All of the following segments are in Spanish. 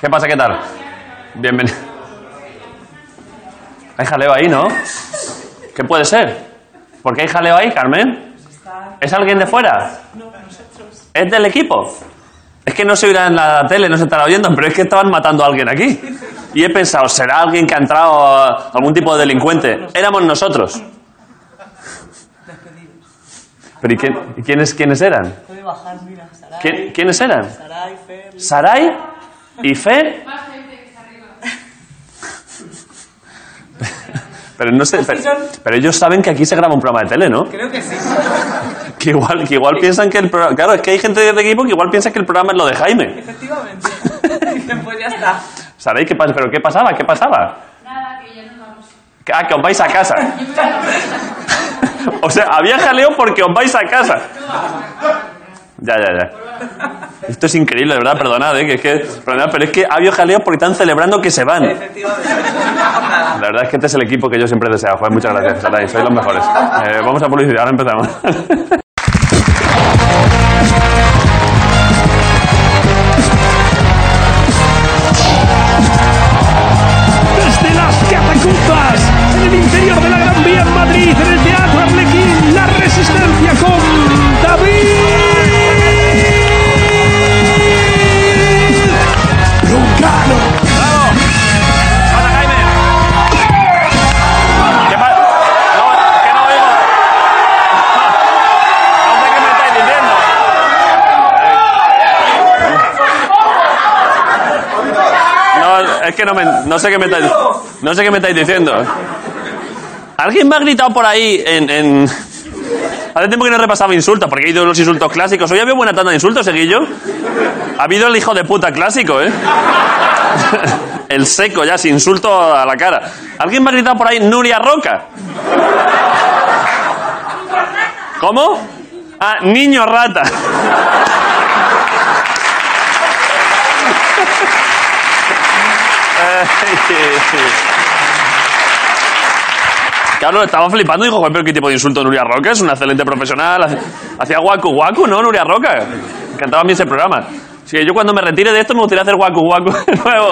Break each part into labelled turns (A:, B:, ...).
A: ¿Qué pasa? ¿Qué tal? Bienvenido. Hay jaleo ahí, ¿no? ¿Qué puede ser? ¿Por qué hay jaleo ahí, Carmen? ¿Es alguien de fuera? ¿Es del equipo? Es que no se oirá en la tele, no se estará oyendo, pero es que estaban matando a alguien aquí. Y he pensado, ¿será alguien que ha entrado, algún tipo de delincuente? Éramos nosotros. ¿Pero y quién- y quiénes, quiénes eran?
B: Puede bajar, mira, Sarai.
A: ¿Qui- ¿Quiénes eran?
B: Sarai, Fer, Liz.
A: Sarai y Fer. Pero no sé, pero, pero ellos saben que aquí se graba un programa de tele, ¿no?
B: Creo que sí.
A: Que igual, que igual piensan que el programa. Claro, es que hay gente del equipo que igual piensa que el programa es lo de Jaime.
B: Efectivamente. Dicen, pues ya está.
A: ¿Sabéis qué pasa? ¿Pero qué pasaba? ¿Qué pasaba?
C: Nada, que ya nos vamos.
A: Que- Ah, que os vais a casa. O sea, había jaleo porque os vais a casa. Ya, ya, ya. Esto es increíble, de verdad, perdonad, ¿eh? Que es que, perdonad, pero es que ha habido jaleo porque están celebrando que se van.
B: Efectivamente.
A: La verdad es que este es el equipo que yo siempre he deseado. Joder, muchas gracias, Saray. Sois los mejores. Eh, vamos a publicidad, ahora empezamos.
D: desde las catacumbas, en el interior de la Gran Vía en Madrid, en el Teatro Arlequín, la resistencia con David Lucano.
A: ¡Hola, Jaime! ¿Qué pasa? No, que no oigo. No sé qué me estáis diciendo. No, es que no, me, no sé qué me estáis No sé qué me estáis diciendo. Alguien me ha gritado por ahí en. en... Hace tiempo que no repasaba insultos, porque he ido los insultos clásicos. Hoy había buena tanda de insultos, Seguillo. Ha habido el hijo de puta clásico, ¿eh? El seco ya, sin insulto a la cara. ¿Alguien me ha gritado por ahí Nuria Roca? ¿Cómo? Ah, niño rata. Eh, Claro, estaba flipando y dijo, "Joder, pero qué tipo de insulto Nuria Roca, es una excelente profesional. hace- Hacía guacu guacu, ¿no, Nuria Roca? Cantaba a mí ese programa. Sí, yo cuando me retire de esto me gustaría hacer guacu guacu de nuevo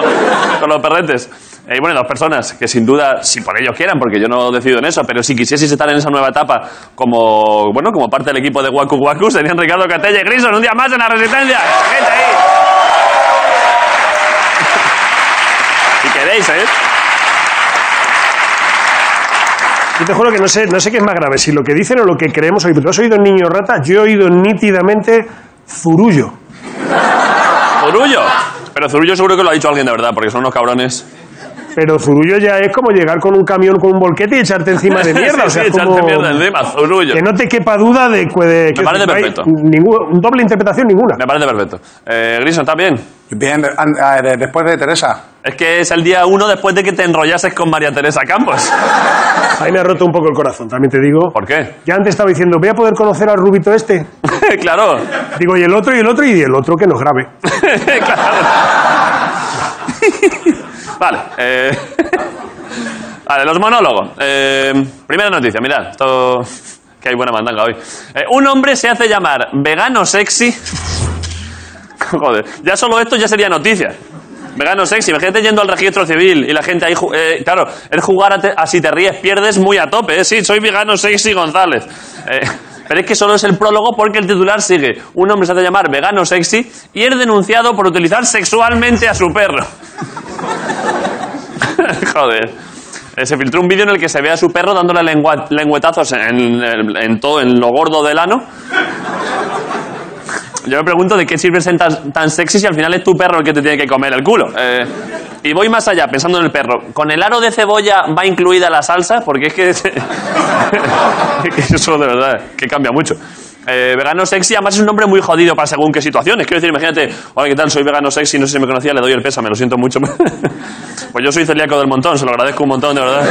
A: con los perretes. Eh, Y bueno, dos personas que sin duda, si por ellos quieran, porque yo no decido en eso, pero si quisieseis estar en esa nueva etapa como, bueno, como parte del equipo de Waku Waku, serían Ricardo Catella y Grison, un día más en la Resistencia. Gente ahí. Si queréis, ¿eh?
D: Yo te juro que no sé, no sé qué es más grave, si lo que dicen o lo que creemos oír. ¿Tú has oído niño rata? Yo he oído nítidamente zurullo.
A: Zurullo. Pero Zurullo seguro que lo ha dicho alguien de verdad, porque son unos cabrones.
D: Pero zurullo ya es como llegar con un camión con un volquete y echarte encima de mierda.
A: Sí,
D: o sea,
A: sí,
D: es
A: echarte
D: como...
A: mierda encima, Zurullo.
D: Que no te quepa duda de que. de- que-
A: parece
D: no hay
A: perfecto.
D: ningún- doble interpretación ninguna.
A: Me parece perfecto. Eh, Grison, ¿estás bien?
E: Bien, an- a- de- después de Teresa.
A: Es que es el día uno después de que te enrollases con María Teresa Campos.
D: Ahí me ha roto un poco el corazón, también te digo.
A: ¿Por qué?
D: Ya antes estaba diciendo, voy a poder conocer al rubito este.
A: claro.
D: Digo, y el otro, y el otro, y el otro que nos grabe.
A: Claro. vale. eh. Vale, los monólogos. Eh, primera noticia, mirad. Esto... Que hay buena mandanga hoy. Eh, un hombre se hace llamar vegano sexy. Joder, ya solo esto ya sería noticia. Vegano sexy, imagínate yendo al registro civil y la gente ahí... ju- eh, claro, el jugar a, te- a si te ríes pierdes muy a tope. ¿eh? Sí, soy vegano sexy González. Eh, pero es que solo es el prólogo porque el titular sigue. Un hombre se hace llamar vegano sexy y es denunciado por utilizar sexualmente a su perro. Joder. Eh, Se filtró un vídeo en el que se ve a su perro dándole lengua- lengüetazos en, en- en todo, en lo gordo del ano. Yo me pregunto de qué sirve ser tan, tan sexy si al final es tu perro el que te tiene que comer el culo. Eh, y voy más allá, pensando en el perro. ¿Con el aro de cebolla va incluida la salsa? Porque es que, es que eso de verdad, que cambia mucho. Eh, vegano sexy, además es un nombre muy jodido para según qué situaciones. Quiero decir, imagínate, hola, ¿qué tal? Soy vegano sexy, no sé si me conocía, le doy el pésame, lo siento mucho. pues yo soy celíaco del montón, se lo agradezco un montón, de verdad.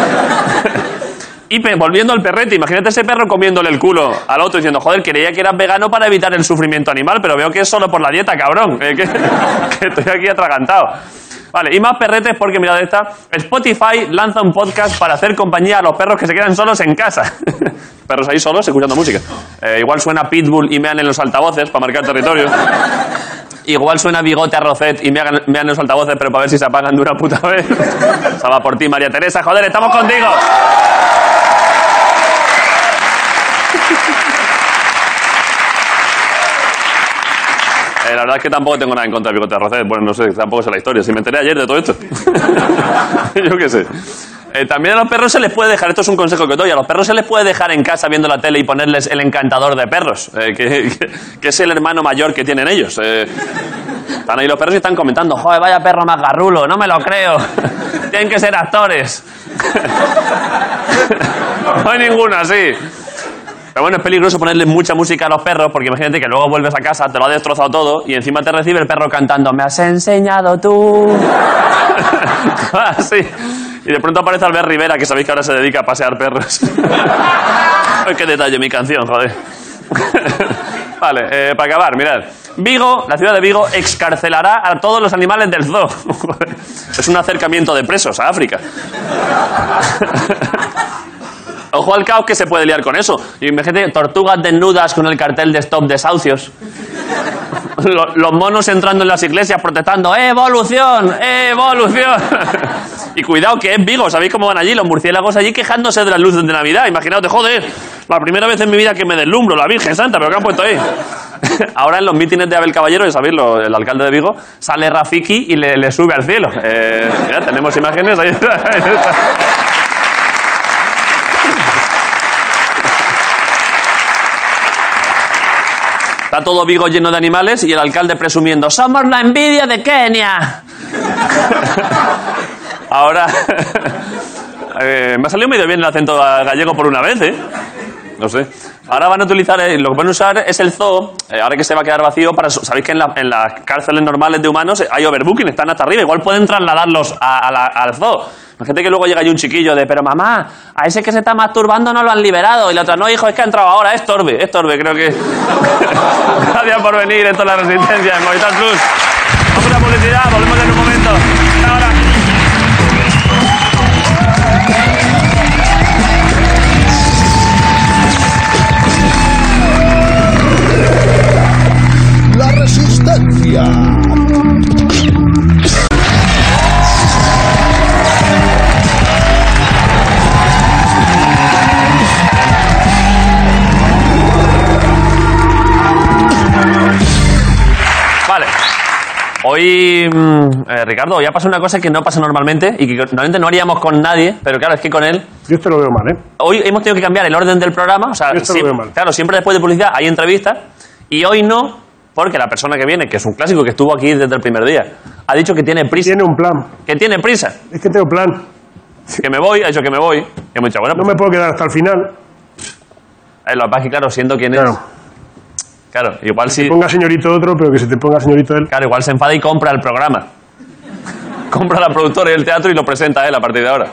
A: Y pe- volviendo al perrete, imagínate ese perro comiéndole el culo al otro diciendo, joder, creía que eras vegano para evitar el sufrimiento animal, pero veo que es solo por la dieta, cabrón. Eh, que, que estoy aquí atragantado. Vale, y más perretes porque mirad esta. Spotify lanza un podcast para hacer compañía a los perros que se quedan solos en casa. perros ahí solos escuchando música. Eh, igual suena Pitbull y mean en los altavoces para marcar territorio. Igual suena bigote a Rocet y me hagan, me hagan los altavoces, pero para ver si se apagan de una puta vez. O sea, va por ti, María Teresa. Joder, estamos contigo. Eh, la verdad es que tampoco tengo nada en contra de Bigote Rocet. Bueno, no sé, tampoco sé la historia. Si me enteré ayer de todo esto. Yo qué sé. Eh, también a los perros se les puede dejar, esto es un consejo que doy, a los perros se les puede dejar en casa viendo la tele y ponerles el encantador de perros, eh, que, que- que es el hermano mayor que tienen ellos. eh. Están ahí los perros y están comentando, joder, vaya perro más garrulo, no me lo creo. Tienen que ser actores. no hay ninguno así. Pero bueno, es peligroso ponerle mucha música a los perros porque imagínate que luego vuelves a casa, te lo ha destrozado todo y encima te recibe el perro cantando Me has enseñado tú. Así. Y de pronto aparece Albert Rivera, que sabéis que ahora se dedica a pasear perros. Qué detalle mi canción, joder. vale, eh, para acabar, mirad. Vigo, la ciudad de Vigo, excarcelará a todos los animales del zoo. es un acercamiento de presos a África. Ojo al caos que se puede liar con eso. Y imagínate, tortugas desnudas con el cartel de stop desahucios. Lo- Los monos entrando en las iglesias protestando, ¡evolución! ¡evolución! Y cuidado que es Vigo, ¿sabéis cómo van allí? Los murciélagos allí quejándose de las luces de Navidad. Imaginaos, joder, la primera vez en mi vida que me deslumbro, la Virgen Santa, pero ¿qué han puesto ahí? Ahora en los mítines de Abel Caballero, ya sabéis, lo- el alcalde de Vigo, sale Rafiki y le, le sube al cielo. Eh, mira, tenemos imágenes ahí. Está todo Vigo lleno de animales y el alcalde presumiendo, somos la envidia de Kenia. Ahora, eh, me ha salido medio bien el acento gallego por una vez, ¿eh? No sé. Ahora van a utilizar, eh, lo que van a usar es el zoo, eh, ahora que se va a quedar vacío, para, so- sabéis que en, la- en las cárceles normales de humanos eh, hay overbooking, están hasta arriba, igual pueden trasladarlos a- a la- al zoo. Imagínate que luego llega ahí un chiquillo de, pero mamá, a ese que se está masturbando no lo han liberado. Y la otra, no, hijo, es que ha entrado ahora, es Torbe, es Torbe, creo que. Gracias por venir, esto es la resistencia en Movistar Plus. Vamos a la publicidad, volvemos en un momento. Hasta ahora.
C: La resistencia.
A: Vale. Hoy, mm, eh, Ricardo, hoy ha pasado una cosa que no pasa normalmente y que normalmente no haríamos con nadie, pero claro, es que con él.
D: Yo esto lo veo mal, ¿eh?
A: Hoy hemos tenido que cambiar el orden del programa. O sea,
D: Yo esto lo
A: siem-
D: veo mal.
A: Claro, siempre después de publicidad hay entrevistas y hoy no, porque la persona que viene, que es un clásico que estuvo aquí desde el primer día, ha dicho que tiene prisa.
D: Tiene un plan.
A: Que tiene prisa.
D: Es que tengo plan.
A: Que me voy, ha dicho que me voy. Y hemos dicho, bueno,
D: No
A: pues,
D: me puedo quedar hasta el final.
A: eh, lo que pasa es que, claro, siendo quien es.
D: Claro.
A: Claro, igual si.
D: Ponga señorito otro, pero que se te ponga señorito él.
A: Claro, igual se enfada y compra el programa. compra la productora y el teatro y lo presenta él a partir de ahora.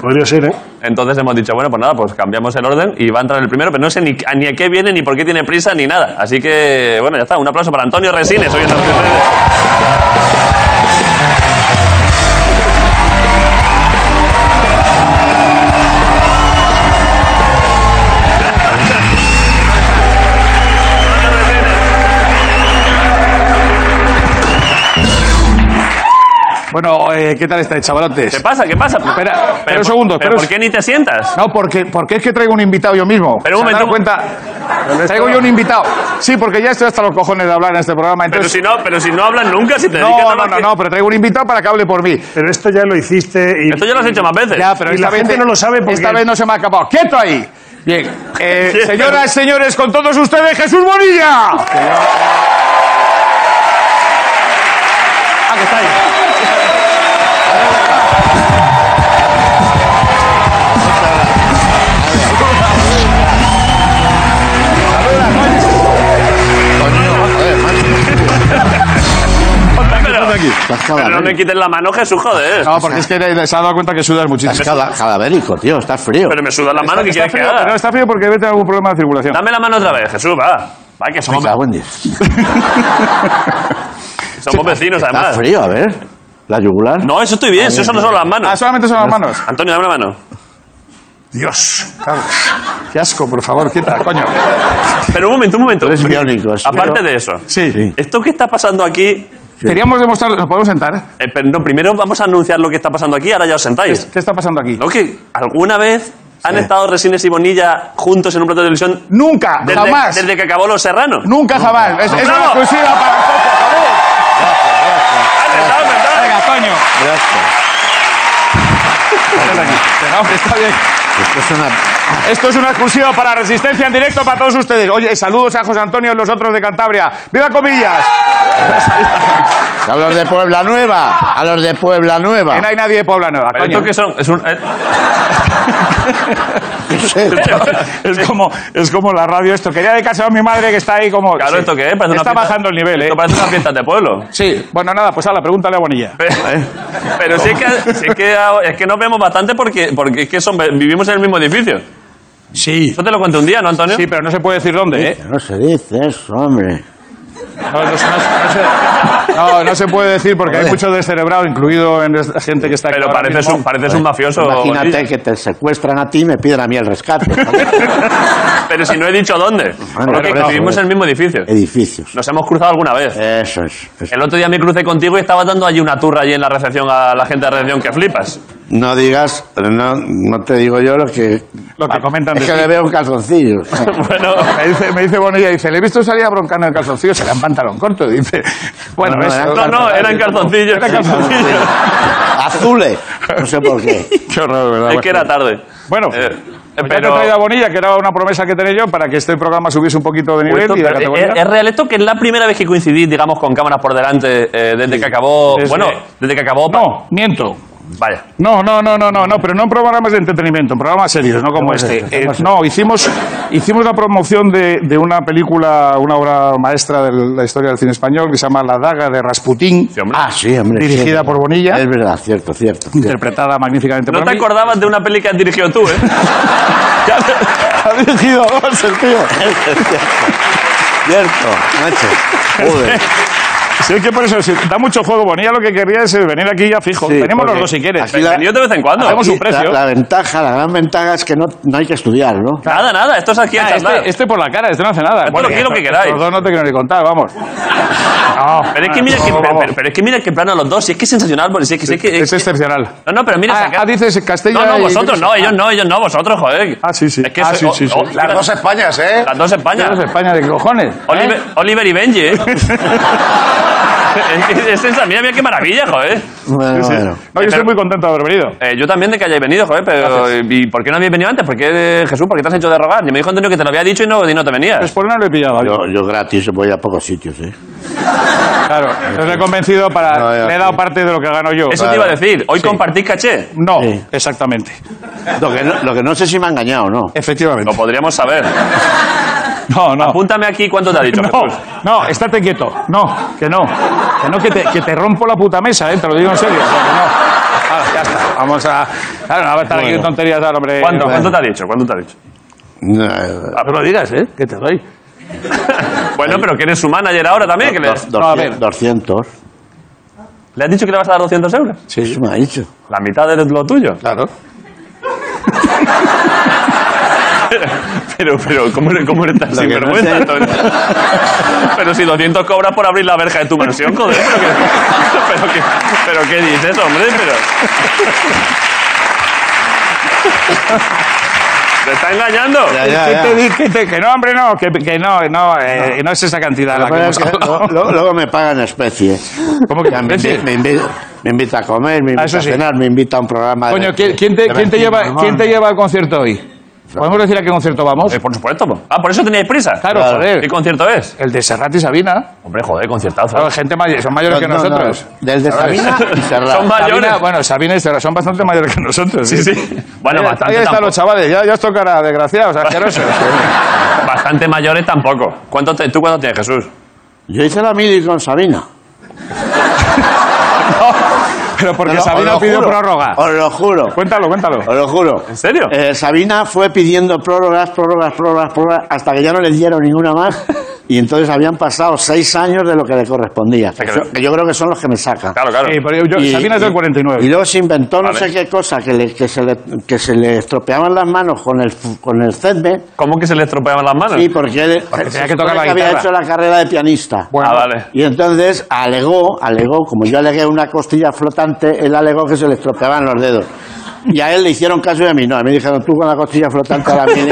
D: Podría ser, ¿eh?
A: Entonces hemos dicho, bueno, pues nada, pues cambiamos el orden y va a entrar el primero, pero no sé ni, ni a qué viene, ni por qué tiene prisa, ni nada. Así que, bueno, ya está. Un aplauso para Antonio Resines. Hoy en la Resistencia.
E: Bueno, eh, ¿qué tal estáis,
A: ¿Qué
E: chavalotes?
A: pasa? ¿Qué pasa?
E: espera un
A: por-
E: segundo,
A: ¿Pero
E: espera un-
A: por qué ni te sientas?
E: No, porque, porque es que traigo un invitado yo mismo.
A: Pero un
E: ¿Se han dado
A: momento.
E: cuenta? Traigo yo un invitado. Sí, porque ya estoy hasta los cojones de hablar en este programa.
A: Pero
E: Entonces,
A: si no, pero si no hablan nunca, si te dedicas
E: no,
A: a
E: no,
A: hablar-
E: no, no, pero traigo un invitado para que hable por mí.
D: Pero esto ya lo hiciste y...
A: Esto ya lo has hecho más veces.
E: Ya, pero
D: Y
E: esta
D: la
E: vez
D: gente no lo sabe porque-
E: Esta vez no se me ha acabado. ¡Quieto ahí! Bien. Eh,
A: Quieto.
E: señoras, señores, con todos ustedes, Jesús Bonilla. Ah, que está ahí.
A: pero, pero no me quites la mano, Jesús, joder.
E: No, porque es que se ha dado cuenta que sudas muchísimo.
C: Cada, cadavérico, tío, está frío.
A: Pero me suda la mano, ¿qué
E: Está
A: quieres que
E: frío,
A: haga?
E: no, está frío porque vete a algún problema de circulación.
A: Dame la mano otra vez, Jesús, va. Va, que somos,
C: Me cago en diez.
A: somos vecinos,
C: Está
A: además.
C: frío, a ver. La yugular.
A: No, eso estoy bien, eso no son las
E: Ah,
A: manos.
E: solamente son las manos.
A: Antonio, dame la mano.
E: Dios, claro. qué asco, por favor, quita, coño.
A: Pero un momento, un momento.
F: Tres biónicos.
A: Aparte de eso,
E: Sí.
A: esto que está pasando aquí.
E: Queríamos demostrar, ¿nos podemos sentar?
A: eh, pero no, primero vamos a anunciar lo que está pasando aquí, ahora ya os sentáis.
E: ¿Qué está pasando aquí?
A: ¿No que alguna vez han estado Resines y Bonilla juntos en un plato de televisión
E: Nunca,
A: desde,
E: jamás,
A: desde que acabó Los Serranos?
E: nunca jamás. Es, es una
A: Bravo.
E: exclusiva para nosotros, por
A: Ah, ¿verdad, verdad?
E: favor. Venga, coño.
F: Gracias.
E: Ven aquí. Venga, hombre, está bien.
F: Esto es una...
E: Esto es una exclusiva para Resistencia en directo para todos ustedes. Oye, saludos a José Antonio y los otros de Cantabria. ¡Viva Comillas!
F: A los de Puebla Nueva. A los de Puebla Nueva.
E: Que no hay nadie de Puebla Nueva,
A: Pero
E: coño.
A: esto que son. Es un, eh,
E: Es como, es como la radio esto. Quería dedicarse a mi madre que está ahí como...
A: claro,
E: Sí.
A: ¿esto qué es? Parece una
E: Está
A: fiesta-
E: bajando el nivel, ¿eh?
A: Esto parece una fiesta de pueblo.
E: Sí. Bueno, nada, pues la pregúntale a Bonilla.
A: Pero, eh, pero sí es que, sí es, que, es que nos vemos bastante porque, porque es que son, vivimos en el mismo edificio.
E: Sí.
A: Eso te lo conté un día, ¿no, Antonio?
E: Sí, pero no se puede decir dónde, ¿eh?
F: No se dice eso, hombre.
E: No, no, se- no se, no, no se puede decir porque hay mucho descerebrado, incluido en esta gente que está aquí
A: pero
E: ahora
A: pareces
E: mismo.
A: un, pareces un mafioso.
F: Imagínate
A: Bonilla.
F: que te secuestran a ti y me piden a mí el rescate.
A: Pero si no he dicho dónde. Porque
F: por eso.
A: vivimos en el mismo edificio.
F: Edificios.
A: Nos hemos cruzado alguna
E: Eh.
A: vez.
F: Eso es. Eso.
A: El otro día me crucé contigo y estaba dando allí una turra allí en la recepción a la gente de la recepción que flipas.
F: No digas, no, no te digo yo lo que.
E: Lo que comentan de
F: Es que
E: ti.
F: le veo un calzoncillo.
A: Bueno,
E: Me dice, me dice Bonilla, dice, le he visto salir a broncano en el calzoncillo, será en pantalón corto, dice. Bueno,
F: No, no,
E: eso-
F: era en
A: no, no, era en calzoncillo.
E: Era en calzoncillo.
F: Azules. No sé por qué.
E: Qué horror, ¿verdad?
A: Es que era tarde.
E: Bueno,
A: Eh,
E: pues ya te he
A: pero-
E: traído a Bonilla, que era una promesa que tenía yo para que este programa subiese un poquito de nivel
A: Esto-
E: y de
A: pero eh,
E: categoría.
A: es, es real esto que es la primera vez que coincidís, digamos, con cámaras por delante eh, desde que acabó.
E: Desde-
A: bueno, desde que acabó.
E: No, miento.
A: Vaya.
E: No, no, no, no, no, no, pero no en programas de entretenimiento, en programas serios, no como este. Eh, no, hicimos, hicimos la promoción de, de una película, una obra maestra de la historia del cine español que se llama La daga de Rasputín,
A: Sí, hombre.
F: Ah, sí, hombre.
E: dirigida
F: sí.
E: por Bonilla,
F: Es verdad, cierto, cierto. cierto.
E: interpretada magníficamente
A: No
E: por
A: te
E: mí.
A: acordabas de una peli que has dirigido tú, ¿eh? Ya te-
E: Ha dirigido a dos, el tío.
F: Cierto, macho. Joder.
E: Sí, es que por eso sí, da mucho juego. Bonilla lo que quería es eh, venir aquí ya fijo.
F: Sí,
E: Tenemos los
F: porque
E: dos si quieres.
F: aquí la-
A: Venido de vez en cuando.
E: Hacemos un
F: Aquí
E: precio.
F: La, la ventaja, la gran ventaja es que no, no hay que estudiar, ¿no?
A: Nada, nada, esto es aquí a
E: Ah,
A: charlar.
E: este, este por la cara, este no hace nada.
A: Esto lo quiero que queráis.
E: Los dos no te quiero ni contar, vamos. Ah, No,
A: Pero es que mira que, pero, pero es que mira que plano los dos, si es que es sensacional, porque si es que, si es que-
E: Es excepcional.
A: No, no, pero mira,
E: Ah,
A: saca-
E: ah, dices Castella
A: No, no,
E: y-
A: vosotros no, ellos no, ellos no, vosotros, joder.
E: Ah, sí, sí.
A: Es que
E: Ah,
A: es-
E: sí, sí, sí.
A: las dos
F: Españas, ¿eh?
A: las dos España.
E: Tienes España de cojones.
A: Oliver, Oliver y Benji, ¿eh? es, que es sensa- mira, mira qué maravilla, joder.
F: Bueno, bueno.
E: No, yo
A: Pero-
E: estoy muy contento de haber venido.
A: Eh, yo también de que hayáis venido, joder, pero ¿y por qué no habéis venido antes? ¿Por qué, eh, Jesús, por qué te has hecho de rogar? Ni me dijo Antonio que te lo había dicho y no, y no te
E: Pues
A: venías.
E: por una lo he pillado.
F: Yo, yo gratis voy a pocos sitios, ¿eh?
E: Claro, os he convencido para.
F: No, ya,
E: le he dado parte de lo que gano yo.
A: Eso te iba a decir, hoy compartís caché.
E: No,
F: Sí.
E: exactamente.
F: Lo que, no, lo que no sé si me ha engañado, ¿no?
A: Lo
E: Efectivamente.
A: podríamos saber.
E: No, no.
A: Apúntame aquí cuánto te ha dicho
E: No,
A: Jesús.
E: no, estate quieto. No, que no. Que no, que te, que te rompo la puta mesa, ¿eh? Te lo digo en serio. O sea, que no. Ah, ya está. Vamos a. Claro, no va a estar aquí
F: Bueno.
E: en tonterías ahora, hombre.
A: ¿Cuánto, ¿Cuánto te ha dicho? ¿Cuánto te ha dicho?
F: No, eh,
E: No lo digas, ¿eh? Que te doy.
A: Bueno, pero que eres su manager ahora también. Que le,
F: dos-
E: No, a
F: doscien-
E: ver.
F: 200.
A: ¿Le has dicho que le vas a dar 200 euros?
F: Sí. Eso me ha dicho.
A: La mitad de lo tuyo.
E: Claro.
A: Pero, pero, ¿cómo, eres- cómo eres tan
F: Lo que no
A: sinvergüenza?
F: sé.
A: Antonio? Pero si 200 cobras por abrir la verja de tu mansión, joder, pero qué, pero qué, pero qué dices, hombre, pero... ¡Te está engañando!
F: Ya, ya,
E: ¿Qué
F: ya.
E: te dije? Que te- Que no, hombre, no. Que, que no, no, eh, no es esa cantidad la
F: Lo
E: que
F: que
E: hemos
F: pasa es que
E: hablado.
F: lo- lo- luego me pagan especie.
E: ¿Cómo que
F: Ya me,
E: especie? Ah,
F: invi- me, invi- me invita a comer, me invita
E: eso
F: a
E: sí.
F: cenar, me invita a un programa.
E: Coño,
F: de,
E: ¿quién, quién te,
F: de
E: quién te
F: Martín
E: lleva,
F: Marmón.
E: ¿quién te lleva al concierto hoy? ¿Podemos decir a qué concierto vamos?
A: Eh, por supuesto. po. Ah, ¿por eso teníais prisa?
E: Claro, joder.
A: ¿Qué concierto es?
E: El de Serrat y Sabina.
A: Hombre, joder, conciertazo.
E: Claro, gente mayor, son mayores
F: No,
E: que
F: no, no.
E: nosotros.
F: Desde Sabina y Serrat.
A: Son mayores.
E: Sabina, bueno, Sabina y Serrat son bastante mayores que nosotros.
A: Sí, sí. Bueno,
E: Ahí-
A: bastante
E: Ahí están
A: tampoco.
E: los chavales, ya, ya os tocará, desgraciados, asquerosos.
A: Bastante mayores tampoco. ¿Cuánto te- ¿Tú cuánto tienes, Jesús?
F: Yo hice la mili con Sabina.
E: Pero porque
F: No, no, os
E: Sabina
F: lo
E: pidió
F: juro,
E: prórroga.
F: Os lo juro.
E: Cuéntalo, cuéntalo.
F: Os lo juro.
A: ¿En serio?
F: Eh, Sabina fue pidiendo prórrogas, prórrogas, prórrogas, prórrogas, hasta que ya no le dieron ninguna más. Y entonces habían pasado seis años de lo que le correspondía. que son- que yo creo que son los que me sacan.
A: Claro, claro.
E: Sí, pero yo- yo-
F: Y-
E: Sabina es del 49.
F: Y luego se inventó no
A: Vale.
F: sé qué cosa, que, le- que, se le, que se le estropeaban las manos con el, fu- con el césped.
A: ¿Cómo que se le estropeaban las manos? Ah,
F: Sí, porque, él- se
E: Ah. tenía que
F: supone
E: tocar la
F: había
E: guitarra.
F: hecho la carrera de pianista.
A: Ah, vale.
F: Y entonces alegó, alegó, como yo alegué una costilla flotante, él alegó que se le estropeaban los dedos. Y a él le hicieron caso y a mí no. A mí me dijeron, tú con la costilla flotante a la mía.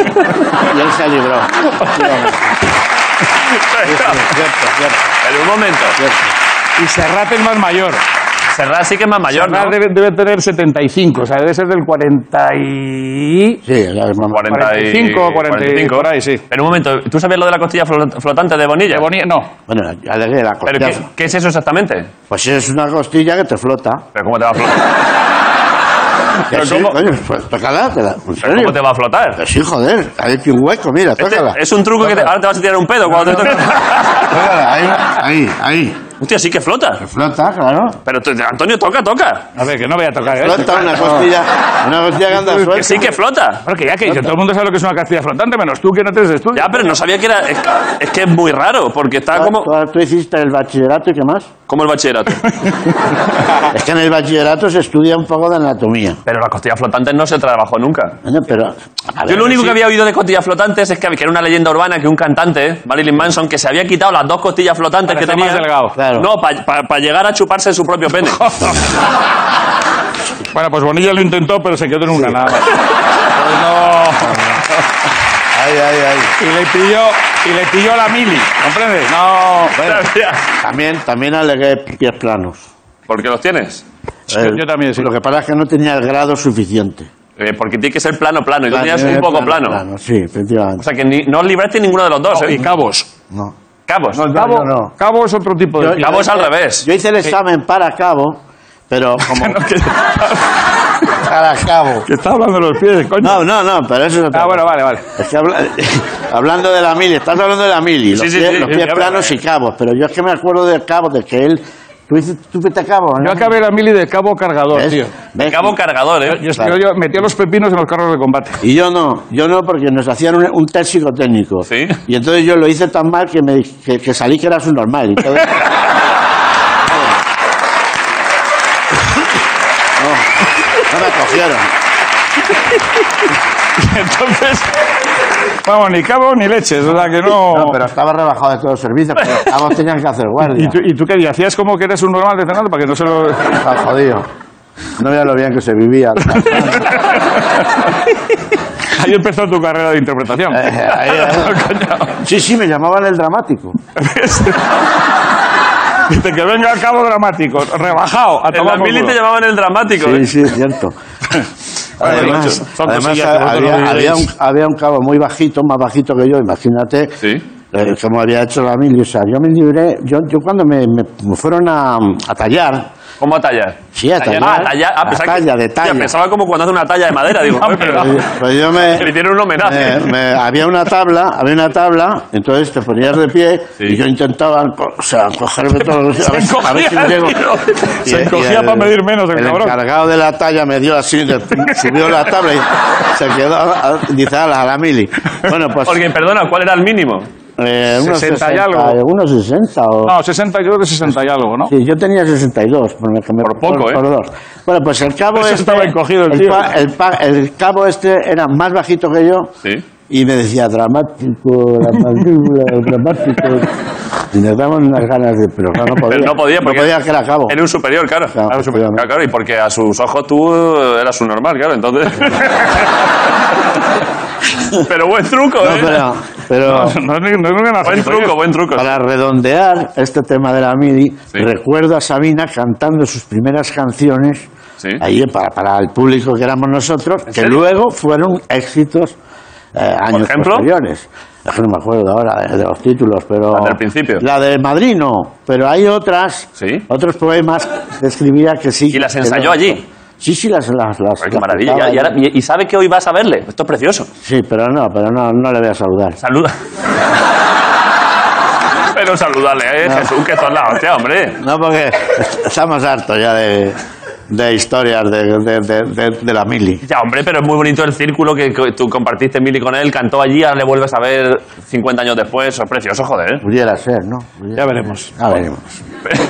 F: Y él se libró. Sí, hombre. Sí, sí, cierto, cierto,
A: Pero un momento.
F: cierto.
E: Y Serrat es más mayor.
A: Serrat sí que es más mayor, ¿no?
E: Serrat debe, debe tener 75, o sea, debe ser del 40 y...
F: Sí, la misma-
E: 45, 45, por ahí, sí.
A: Pero un momento, ¿tú sabes lo de la costilla flot- flotante de Bonilla?
E: De Bonilla- no,
F: Bueno, alegué la
A: ¿Pero
F: costilla.
A: qué, qué es eso exactamente?
F: Pues es una costilla que te flota.
A: ¿Pero cómo te va a flotar?
F: Que
A: ¿Pero
F: sí,
A: cómo?
F: coño, pues tócala, te la- ¿en
A: ¿Pero
F: serio?
A: ¿Cómo te va a flotar?
F: Que sí, joder, hay aquí un hueco, mira,
A: Este
F: tócala.
A: es un truco que te- ahora te vas a tirar un pedo cuando te
F: Tócala, ahí, ahí, ahí.
A: Hostia, sí que flota.
F: Flota, claro.
A: Pero tú- Antonio, toca, toca.
E: a ver, que no voy a tocar ¿eh?
F: Flota una costilla, una costilla que anda
A: Este- Que
F: suelta.
A: sí que flota.
E: Bueno, que ya que dice, todo el mundo sabe lo que es una castilla flotante, menos tú que no tienes estudio.
A: Ya, pero no sabía que era. Es, es que es muy raro, porque está
F: Tú-
A: como,
F: Tú, tú hiciste el bachillerato y qué más.
A: como el bachillerato.
F: Es que en el bachillerato se estudia un poco de anatomía.
A: Pero la costilla flotante no se trabajó nunca.
F: Bueno, pero. a ver,
A: Yo lo único
F: sí.
A: que había oído de costillas flotantes es que, que era una leyenda urbana que un cantante, Marilyn Manson, que se había quitado las dos costillas flotantes
E: Para
A: que
E: estar
A: tenía.
E: más delgado.
F: Claro.
A: No, para llegar a chuparse su propio pene.
E: Bueno, pues Bonilla lo intentó, pero se quedó en una nada. más. Pues
F: Ay, ay, ay.
E: no. Y le pilló, y le pilló la mili, ¿comprendes? No, bueno,
F: También, también alegué pies planos.
A: ¿Por qué los tienes?
F: Eh,
E: yo también sí.
F: Lo que pasa es que no tenía el grado suficiente.
A: Eh, porque tiene que ser plano, plano. Y tú tenías
F: Eh,
A: un poco plano.
F: Sí,
A: O
F: efectivamente.
A: sea que ni- no os libraste ninguno de los dos.
E: No,
A: ¿eh?
E: y cabos.
F: No.
A: Cabos.
F: No, no,
E: Cabo,
F: no, no.
E: cabo es otro tipo de...
A: Cabo es pues al revés.
F: Yo hice el examen para cabo, pero como. para cabo.
E: Que está hablando de los pies, coño.
F: No, no, no, pero eso es otra
E: Ah, bueno,
F: cosa.
E: vale, vale.
F: Es que habla- hablando de la mili, estás hablando de la mili, los,
A: Sí, sí,
F: pies,
A: sí,
F: los
A: sí,
F: pies
A: ya,
F: planos y cabos, pero yo es que me acuerdo de cabos, de que él. Tú dices, tú vete a cabo, ¿no?
E: Yo acabé la mili de cabo cargador,
F: ¿Ves?
E: tío.
F: ¿Ves?
A: Cabo cargador, ¿eh?
E: Yo, yo- yo metía los pepinos en los carros de combate.
F: Y yo no, yo no, porque nos hacían un, un test psicotécnico.
A: Sí.
F: Y entonces yo lo hice tan mal que, me, que, que salí que era su normal. entonces- no, no me cogieron.
E: Entonces, vamos, ni cabo ni leches, o sea que no...
F: No, pero estaba rebajado de todos los servicios, pero los cabos tenían que hacer guardia.
E: ¿Y tú, ¿Y tú qué hacías? ¿Hacías como que eres un normal de cenar para que no se lo...
F: Está jodido. No veas lo bien que se vivía.
E: Ahí empezó tu carrera de interpretación.
F: Eh, ahí,
E: Coño.
F: Sí, sí, me llamaban el dramático.
E: Dice que venga al cabo dramático, rebajado, a
A: En
E: tomar
A: la
E: por
A: mili
E: culo.
A: te llamaban el dramático. ¿eh?
F: Sí, sí, es cierto. Además,
E: son
F: además,
E: cosillas que vosotros
F: había,
E: no
F: había un,
E: vivéis.
F: había un cabo muy bajito, más bajito que yo, imagínate.
A: Sí.
F: eh, Como había hecho la mili, o sea, yo me libré, yo, yo cuando me, me- me fueron a, a tallar,
A: ¿Cómo a tallar?
F: sí, a tallar,
A: Ah, tallar. Ah,
F: a
A: pensaba que-
F: talla, de
A: Hostia,
F: talla.
A: pensaba como cuando hace una talla de madera. Digo,
E: No,
A: "Joder, pero
E: pero-
F: Pues yo me,
A: le hicieron un homenaje.
F: me- Eh, me- había una tabla, había una tabla, entonces te ponías de pie y yo intentaba, co- o sea, cogerme todo, a ver, a ver si
E: encogía,
F: llego.
E: tío.
F: Y-
E: Se
F: y
E: encogía
F: el-
E: para medir menos, el
F: El
E: cabrón.
F: encargado de la talla me dio así, de- subió la tabla y se quedó, a- a- dice, "Ala, a la mili. Bueno, pues
A: Porque, perdona, ¿cuál era el mínimo?
F: eh, unos
E: 60
F: 60
E: y algo. Ah.
F: unos 60 o...
E: No, 60, yo creo que 60 y algo, ¿no?
F: Sí, yo tenía 62, por, lo que me-
A: Por poco, ¿eh?
F: dos. Bueno, pues el cabo
E: Eso
F: este...
E: estaba encogido el
F: el
E: tío.
F: pa- el pa- el cabo este era más bajito que yo
A: Sí.
F: y me decía dramático, dramático, dramático. Y nos daban unas ganas de. Pero claro, no podía.
A: Pero no podía porque
F: que era cabo.
A: Oh. Era un superior, claro.
F: Claro,
A: Era un superior.
F: efectivamente.
A: Claro, claro, y porque a sus ojos tú eras un normal, claro, entonces. pero buen truco,
F: No,
A: ¿eh?
F: pero. pero
E: No, no, no, no, no,
A: Buen truco, buen truco.
F: Para redondear este tema de la MIDI, recuerdo a Sabina cantando sus primeras canciones
A: Sí.
F: ahí para, para el público que éramos nosotros, que
A: serio?
F: luego fueron éxitos eh, años
A: ejemplo?
F: posteriores. Es que No me acuerdo ahora de, de los títulos, pero...
A: La del principio.
F: La de Madrid no, pero hay otras,
A: Sí.
F: otros poemas que escribía que sí.
A: Y las
F: que
A: ensayó
F: no.
A: allí.
F: Sí, sí, las... las, las
A: Ay, qué
F: las
A: maravilla.
F: cantaba
A: Y, ahora-
F: allí.
A: y- y sabe que hoy vas a verle. Esto es precioso.
F: Sí, pero no, pero no, no le voy a saludar.
A: Saluda. pero saludale, ¿eh? Jesús, que esto es la hostia, hombre.
F: No, porque estamos hartos ya de...
C: de historias de, de- de- de- de la mili.
A: Ya, hombre, pero es muy bonito el círculo que que tú compartiste, Mili, con él. Cantó allí, ahora le vuelves a ver 50 años después. Eso es precioso, joder. ¿eh?
C: Pudiera ser, ¿no?
E: Ya veremos.
C: A ver,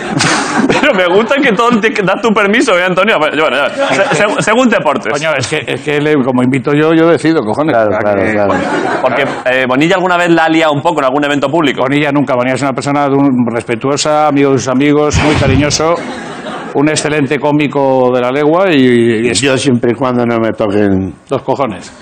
A: Pero me gusta que todo te, que das tu permiso, ¿eh, Antonio? Bueno, ya, se- se- según te portes.
E: Coño, es que, es que él, como invito yo, yo decido, cojones.
C: claro,
E: O sea
C: claro,
E: que-
C: claro.
A: Porque eh, Bonilla alguna vez la ha liado un poco en algún evento público.
E: Bonilla nunca. Bonilla es una persona de un- respetuosa, amigo de sus amigos, muy cariñoso, un excelente cómico de la legua y, y es-
C: Yo siempre y cuando no me toquen,
E: dos cojones.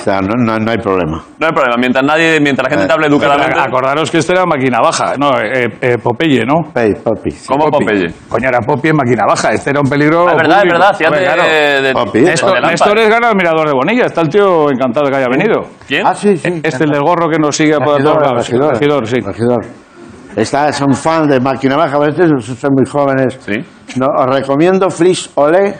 C: o sea, no, no- no hay problema.
A: No hay problema, mientras nadie, mientras la gente te
E: Eh,
A: hable
E: Ac-
A: educadamente,
E: Acordaros que este era máquina baja, no, eh, eh, Popeye, ¿no?
C: Pay, popis.
A: como Popeye. Ah,
E: Coño, era Popeye en máquina baja, este era un peligro.
A: Es verdad, es
E: público.
A: verdad, fíjate
E: Hombre, claro.
A: de, de-
C: Papi,
A: de-
C: esto-
A: de
E: Néstor,
A: Lampard.
E: Néstor es gran admirador de Bonilla, está el tío encantado que haya venido.
A: ¿Quién?
C: Ah, sí, sí.
E: Este el del gorro que nos sigue por
C: Regidor,
E: todos lados.
C: regidor.
E: Regidor, sí.
C: Regidor. Está- son fan de Máquina Baja, a veces son muy jóvenes.
A: Sí.
C: No, os recomiendo Flis Olé,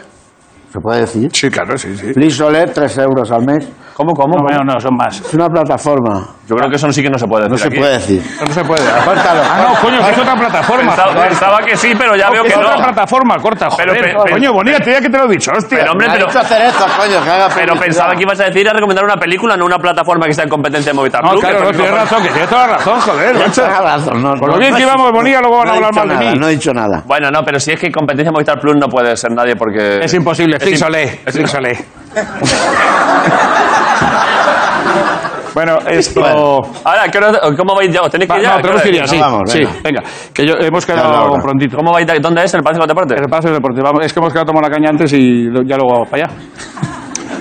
C: ¿se puede decir?
E: Sí, claro, sí, sí.
C: Flis Olé, 3 euros al mes.
E: ¿Cómo, cómo? No, no, no, son más.
C: Es una plataforma,
A: Yo creo que eso sí que no se puede decir.
C: no se
A: aquí.
C: puede decir.
E: No se puede. Ah, no, coño, que es otra plataforma.
A: Pensaba,
E: joder.
A: pensaba que sí, pero ya veo
E: Oh, Es
A: que no.
E: otra plataforma, corta, joder.
A: Pero, pero-
E: coño, Bonilla, te diría que te lo he dicho, hostia.
A: Pero, hombre,
C: Me ha
A: pero,
C: dicho hacer esto, coño, que haga
A: pero
C: publicidad.
A: pensaba que ibas a decir a recomendar una película, no una plataforma que sea en competencia de Movistar
E: no,
A: Plus,
E: claro,
A: que
E: no,
A: eso
E: tienes
A: no-
E: razón, que tienes toda la razón, joder.
C: Ya
E: macho.
C: tenía razón, no,
E: Por lo
C: no,
E: bien
C: no
E: que
C: he
E: íbamos,
C: dicho-
E: Bonilla, luego van
C: no
E: a
C: he
E: hablar
C: dicho
E: mal de
C: nada,
E: mí.
C: No he dicho nada.
A: Bueno, no, pero si es que en competencia de Movistar Plus no puede ser nadie porque...
E: Es imposible,
A: Es im-
E: fíxole,
A: es-
E: fíxole. bueno, esto...
A: Ahora, ¿qué hora- ¿cómo vais ya? ¿Os tenéis que
E: Va,
A: ir ya?
E: no, tenemos que ir ya,
A: ¿Qué
E: sí.
A: hora-
C: vamos,
E: sí,
C: venga.
E: venga. Que yo, hemos
C: Ya es la
E: quedado
C: hora.
E: prontito.
A: ¿Cómo vais ya? ¿Dónde es el Palacio de Deportes?
E: El paso del deportivo. Vamos, Es que hemos quedado a tomar la caña antes y lo- ya luego vamos para allá.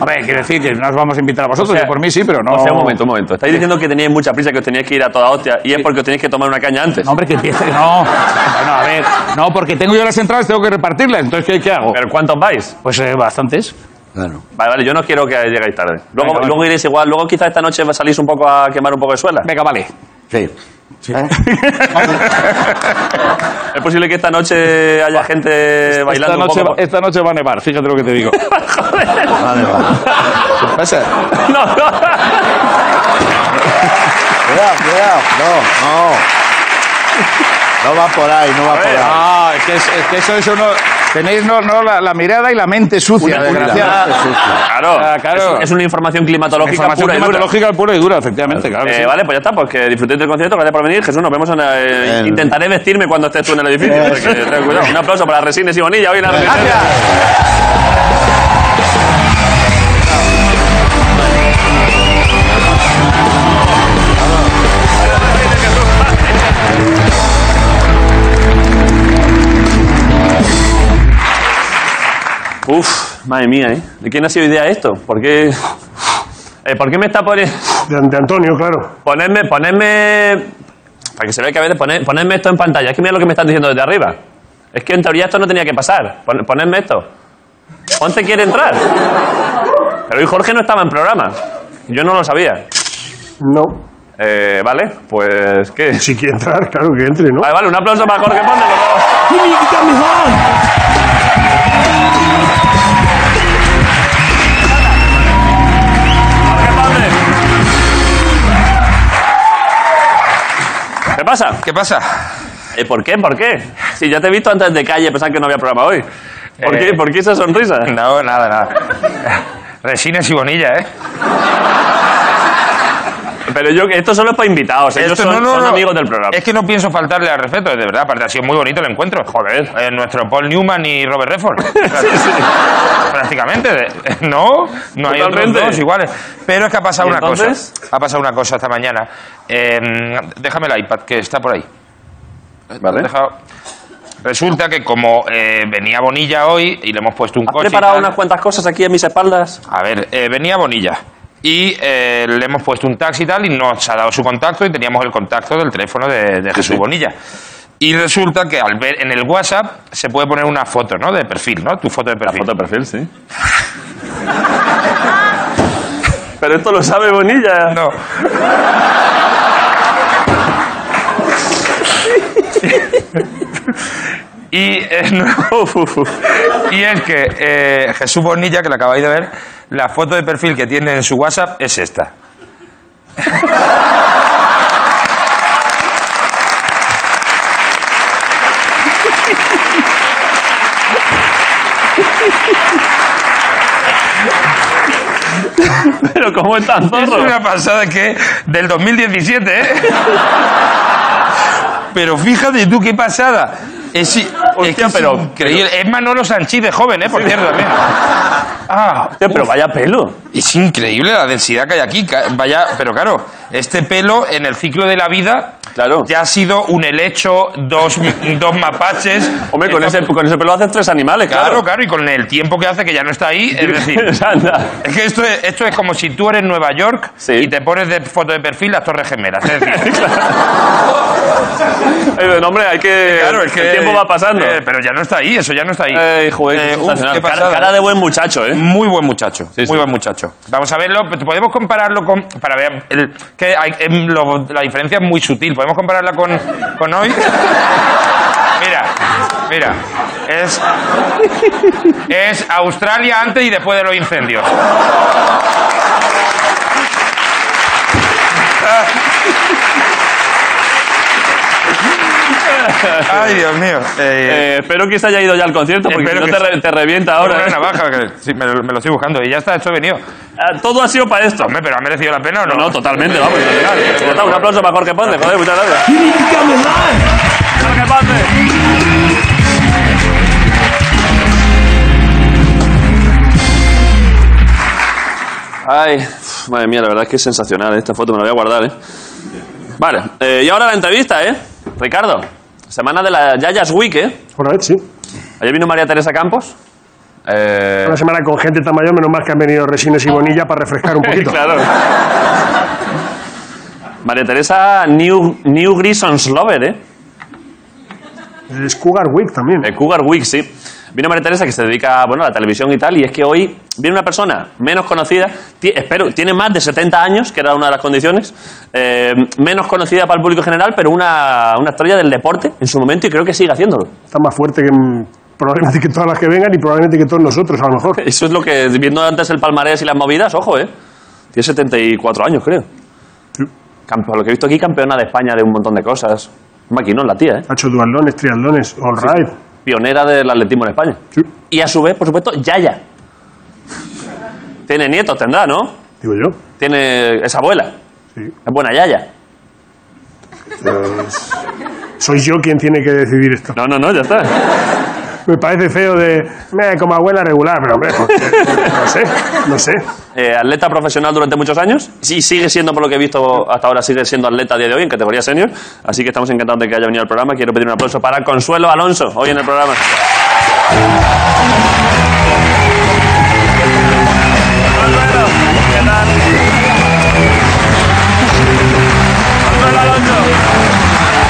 E: A ver, quiero decir que no os vamos a invitar a vosotros.
A: sea,
E: yo por mí sí, pero no.
A: O sea, un momento, un momento. Estáis diciendo que teníais mucha prisa, que os teníais que ir a toda hostia, y es porque os tenéis que tomar una caña antes.
E: No, hombre, que empiece. No. Bueno, a ver. No, porque tengo yo las entradas, tengo que repartirlas. Entonces, ¿qué, qué hago?
A: ¿Pero cuántos vais?
E: Pues eh, bastantes.
C: Claro.
A: Vale, vale, yo no quiero que llegáis tarde. Luego,
E: Venga, vale.
A: luego iréis igual, luego quizás esta noche salís un poco a quemar un poco de suela.
E: Venga, vale.
C: Sí. ¿Eh?
A: ¿Es posible que esta noche haya gente bailando
E: Esta
A: un
E: noche, va-
A: poco?
E: esta noche va a nevar, fíjate lo que te digo.
C: Vale, vale.
E: ¿Qué pasa?
A: No, no.
C: Cuidado, cuidado. No, no. No va por ahí, no va por ahí.
E: No, Ah, es que, es, es que eso es uno. Tenéis no, no, la, la mirada y la mente sucia,
C: Una
E: desgraciada.
C: curiosidad.
A: Claro,
E: Ah, claro.
A: Es, es una información climatológica
E: Información
A: pura y dura.
E: climatológica pura y dura, efectivamente, claro. que
A: Eh,
E: sí.
A: vale, pues ya está, pues que disfrutéis del concierto, gracias por venir. Jesús, nos vemos en. eh,
C: El-
A: Intentaré vestirme cuando estés tú en el edificio. o sea que ten cuidado. Un aplauso para Resines y Bonilla hoy en la Gracias. Uf, madre mía, ¿eh? ¿De quién ha sido idea esto? ¿Por qué, eh, ¿por qué me está poniendo...?
D: De, de Antonio, claro.
A: Ponerme, ponerme. Para que se vea que a veces poner, ponerme esto en pantalla. Es que mira lo que me están diciendo desde arriba. Es que en teoría esto no tenía que pasar. Pon- ponerme esto. Once quiere entrar. Pero hoy Jorge no estaba en programa. Yo no lo sabía.
D: No.
A: Eh, vale, pues ¿qué?
D: Si quiere entrar, claro que entre, ¿no?
A: Vale, vale, un aplauso para Jorge Ponte, por favor. Jorge Ponte. ¿Qué pasa?
G: ¿Qué pasa?
A: Eh, ¿Por qué? ¿Por qué? Si ya te he visto antes de calle, pensaba que no había programa hoy. ¿Por,
G: Eh,
A: qué? ¿Por qué esa sonrisa?
G: No, nada, nada. Resines y Bonilla, ¿eh?
A: Pero yo, que esto solo es para invitados. Ellos
G: Esto-
A: son,
G: no, no,
A: son
G: no.
A: amigos del programa.
G: Es que no pienso faltarle al respeto, de verdad. Aparte, ha sido muy bonito el encuentro. Joder. nuestro Paul Newman y Robert Redford. Prácticamente. de- No, no hay otros
A: Totalmente.
G: dos iguales. Pero es que ha pasado
A: ¿Y
G: una
A: entonces?
G: cosa. Ha pasado una cosa esta mañana. Eh, déjame el iPad, que está por ahí.
A: Vale.
G: He dejado- Resulta que como eh, venía Bonilla hoy y le hemos puesto un
A: ¿Has
G: coche... y
A: preparado
G: tal-
A: unas cuantas cosas aquí a mis espaldas?
G: A ver, eh, venía Bonilla y eh, le hemos puesto un taxi y tal y nos ha dado su contacto y teníamos el contacto del teléfono de, de Jesús Bonilla. Y resulta que al ver en el WhatsApp se puede poner una foto, ¿no? De perfil, ¿no? Tu foto de perfil.
A: de perfil, sí. Pero esto lo sabe Bonilla.
G: No. y, eh, no.
A: Uf, uf, uf.
G: y es que eh, Jesús Bonilla, que la acabáis de ver, la foto de perfil que tiene en su WhatsApp es esta.
A: pero ¿cómo es tan
E: Es
A: zorro?
E: una pasada que del 2017, ¿eh? Pero fíjate tú qué pasada. Es, es que
A: Hostia,
E: es
A: pero-
E: increíble. Es Manolo Sanchís de joven, ¿eh? Por cierto, también. Ah,
A: Hostia, pero vaya pelo.
E: es increíble la densidad que hay aquí. Ca- Vaya, pero claro, este pelo en el ciclo de la vida
A: Claro.
E: ya ha sido un helecho, dos, dos mapaches.
A: Hombre, con ese, con ese pelo haces tres animales,
E: Claro,
A: claro.
E: claro, y con el tiempo que hace que ya no está ahí, es decir,
A: Anda.
E: es que esto es, esto es como si tú eres Nueva York
A: Sí.
E: y te pones de foto de perfil las Torres Gemelas. Es decir,
A: Eh, no, hombre, hay que.
E: claro, es que.
A: El tiempo va pasando.
E: eh, pero ya no está ahí, eso ya no está ahí.
A: Eh, joder,
E: Eh,
A: qué
E: uf,
A: sensacional.
E: qué
A: cara,
E: pasada.
A: cara de buen muchacho, ¿eh?
E: Muy buen muchacho,
A: Sí,
E: muy
A: sí.
E: buen muchacho. Vamos a verlo, pero podemos compararlo con. Para ver, el- que hay- em, lo- la diferencia es muy sutil. ¿Podemos compararla con, con hoy? Mira, mira. Es. Es Australia antes y después de los incendios. Ay, Dios mío. Eh,
A: Eh, espero que se haya ido ya al concierto, porque si
E: Espero
A: no
E: que
A: te,
E: sí.
A: re- te revienta
E: Con
A: ahora.
E: una
A: ¿eh?
E: navaja, que sí, me, lo, me lo estoy buscando. Y ya está, esto he venido.
A: Ah, Todo ha sido para esto.
E: Hombre, pero ¿ha merecido la pena o no?
A: No, totalmente, vamos. fenomenal. Ya está, un aplauso para Jorge Ponce, joder, muchas gracias. Jorge Ponce. Ay, uf, madre mía, la verdad es que es sensacional. ¿eh? Esta foto me la voy a guardar, ¿eh? Vale, eh, y ahora la entrevista, ¿eh? Ricardo, semana de la Yayas Week, ¿eh?
D: Por vez, sí.
A: Ayer vino María Teresa Campos. Eh,
D: Una semana con gente tan mayor, menos mal que han venido Resines y Bonilla para refrescar un poquito.
A: claro. María Teresa New, New Grisons Lover, ¿eh?
D: Es Cougar Week también.
A: El Cougar Week, sí. Vino María Teresa que se dedica bueno, a la televisión y tal, y es que hoy viene una persona menos conocida, ti- espero, tiene más de 70 años, que era una de las condiciones, eh, menos conocida para el público general, pero una, una estrella del deporte en su momento y creo que sigue haciéndolo.
D: Está más fuerte que mm, probablemente que todas las que vengan y probablemente que todos nosotros, a lo mejor.
A: Eso es lo que, viendo antes el palmarés y las movidas, ojo, ¿eh? Tiene 74 años, creo. Campe- por lo que he visto aquí, campeona de España de un montón de cosas. Un Maquinón la tía, ¿eh?
D: Ha hecho dualones, triatlones, all right.
A: Pionera del atletismo en España.
D: Sí.
A: Y a su vez, por supuesto, Yaya. Tiene nietos, tendrá, ¿no?
D: Digo yo.
A: Tiene. Es abuela.
D: Sí.
A: Es buena Yaya.
D: Soy yo quien tiene que decidir esto.
A: No, no, no, ya está.
D: Me parece feo de. "Meh, como abuela regular, pero hombre. pues, No sé, no sé.
A: Eh, atleta profesional durante muchos años. Sí, sigue siendo, por lo que he visto hasta ahora, sigue siendo atleta a día de hoy en categoría senior. Así que estamos encantados de que haya venido al programa. Quiero pedir un aplauso para Consuelo Alonso, hoy en el programa. Consuelo, ¿qué tal? Consuelo Alonso.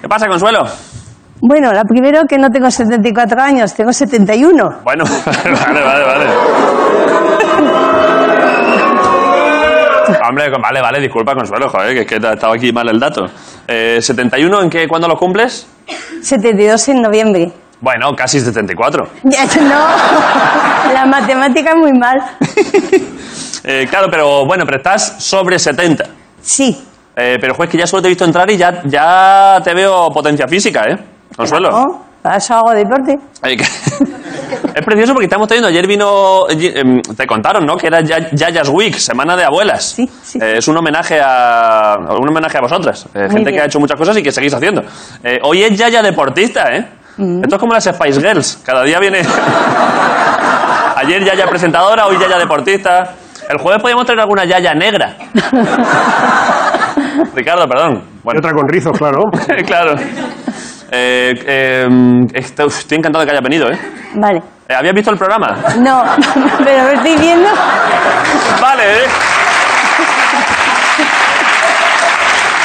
A: ¿Qué pasa, Consuelo?
F: Bueno, la primero que no tengo 74 años, tengo 71.
A: Bueno, vale, vale, vale. Hombre, vale, vale, disculpa, Consuelo, joder, que es que te- estaba aquí mal el dato. Eh, ¿71 en qué, cuándo lo cumples?
F: 72 en noviembre.
A: Bueno, casi 74.
F: Ya, No, la matemática es muy mal.
A: Eh, claro, pero bueno, pero estás sobre 70.
F: Sí.
A: Eh, pero juez, que ya solo te he visto entrar y ya, ya te veo potencia física, ¿eh? Consuelo.
F: ¿No? ¿Para eso hago deporte?
A: Ay, que- es precioso porque estamos teniendo. Ayer vino. em, Te contaron, ¿no? Que era Ya- Yayas Week, Semana de Abuelas.
F: Sí, sí.
A: Eh, es un homenaje a. Un homenaje a vosotras. eh,
F: Muy
A: gente que
F: bien.
A: ha hecho muchas cosas y que seguís haciendo. Eh, hoy es Yaya Deportista, ¿eh?
F: Mm.
A: Esto es como las Spice Girls. Cada día viene. Ayer Yaya presentadora, hoy Yaya Deportista. El jueves podíamos traer alguna Yaya negra. Ricardo, perdón.
D: Y
A: Bueno.
D: otra con rizos, claro.
A: claro. Eh, eh, esto- uf, estoy encantado de que hayas venido, ¿eh?
F: Vale.
A: Eh, ¿Habías visto el programa?
F: No, pero me estoy viendo.
A: Vale, ¿eh?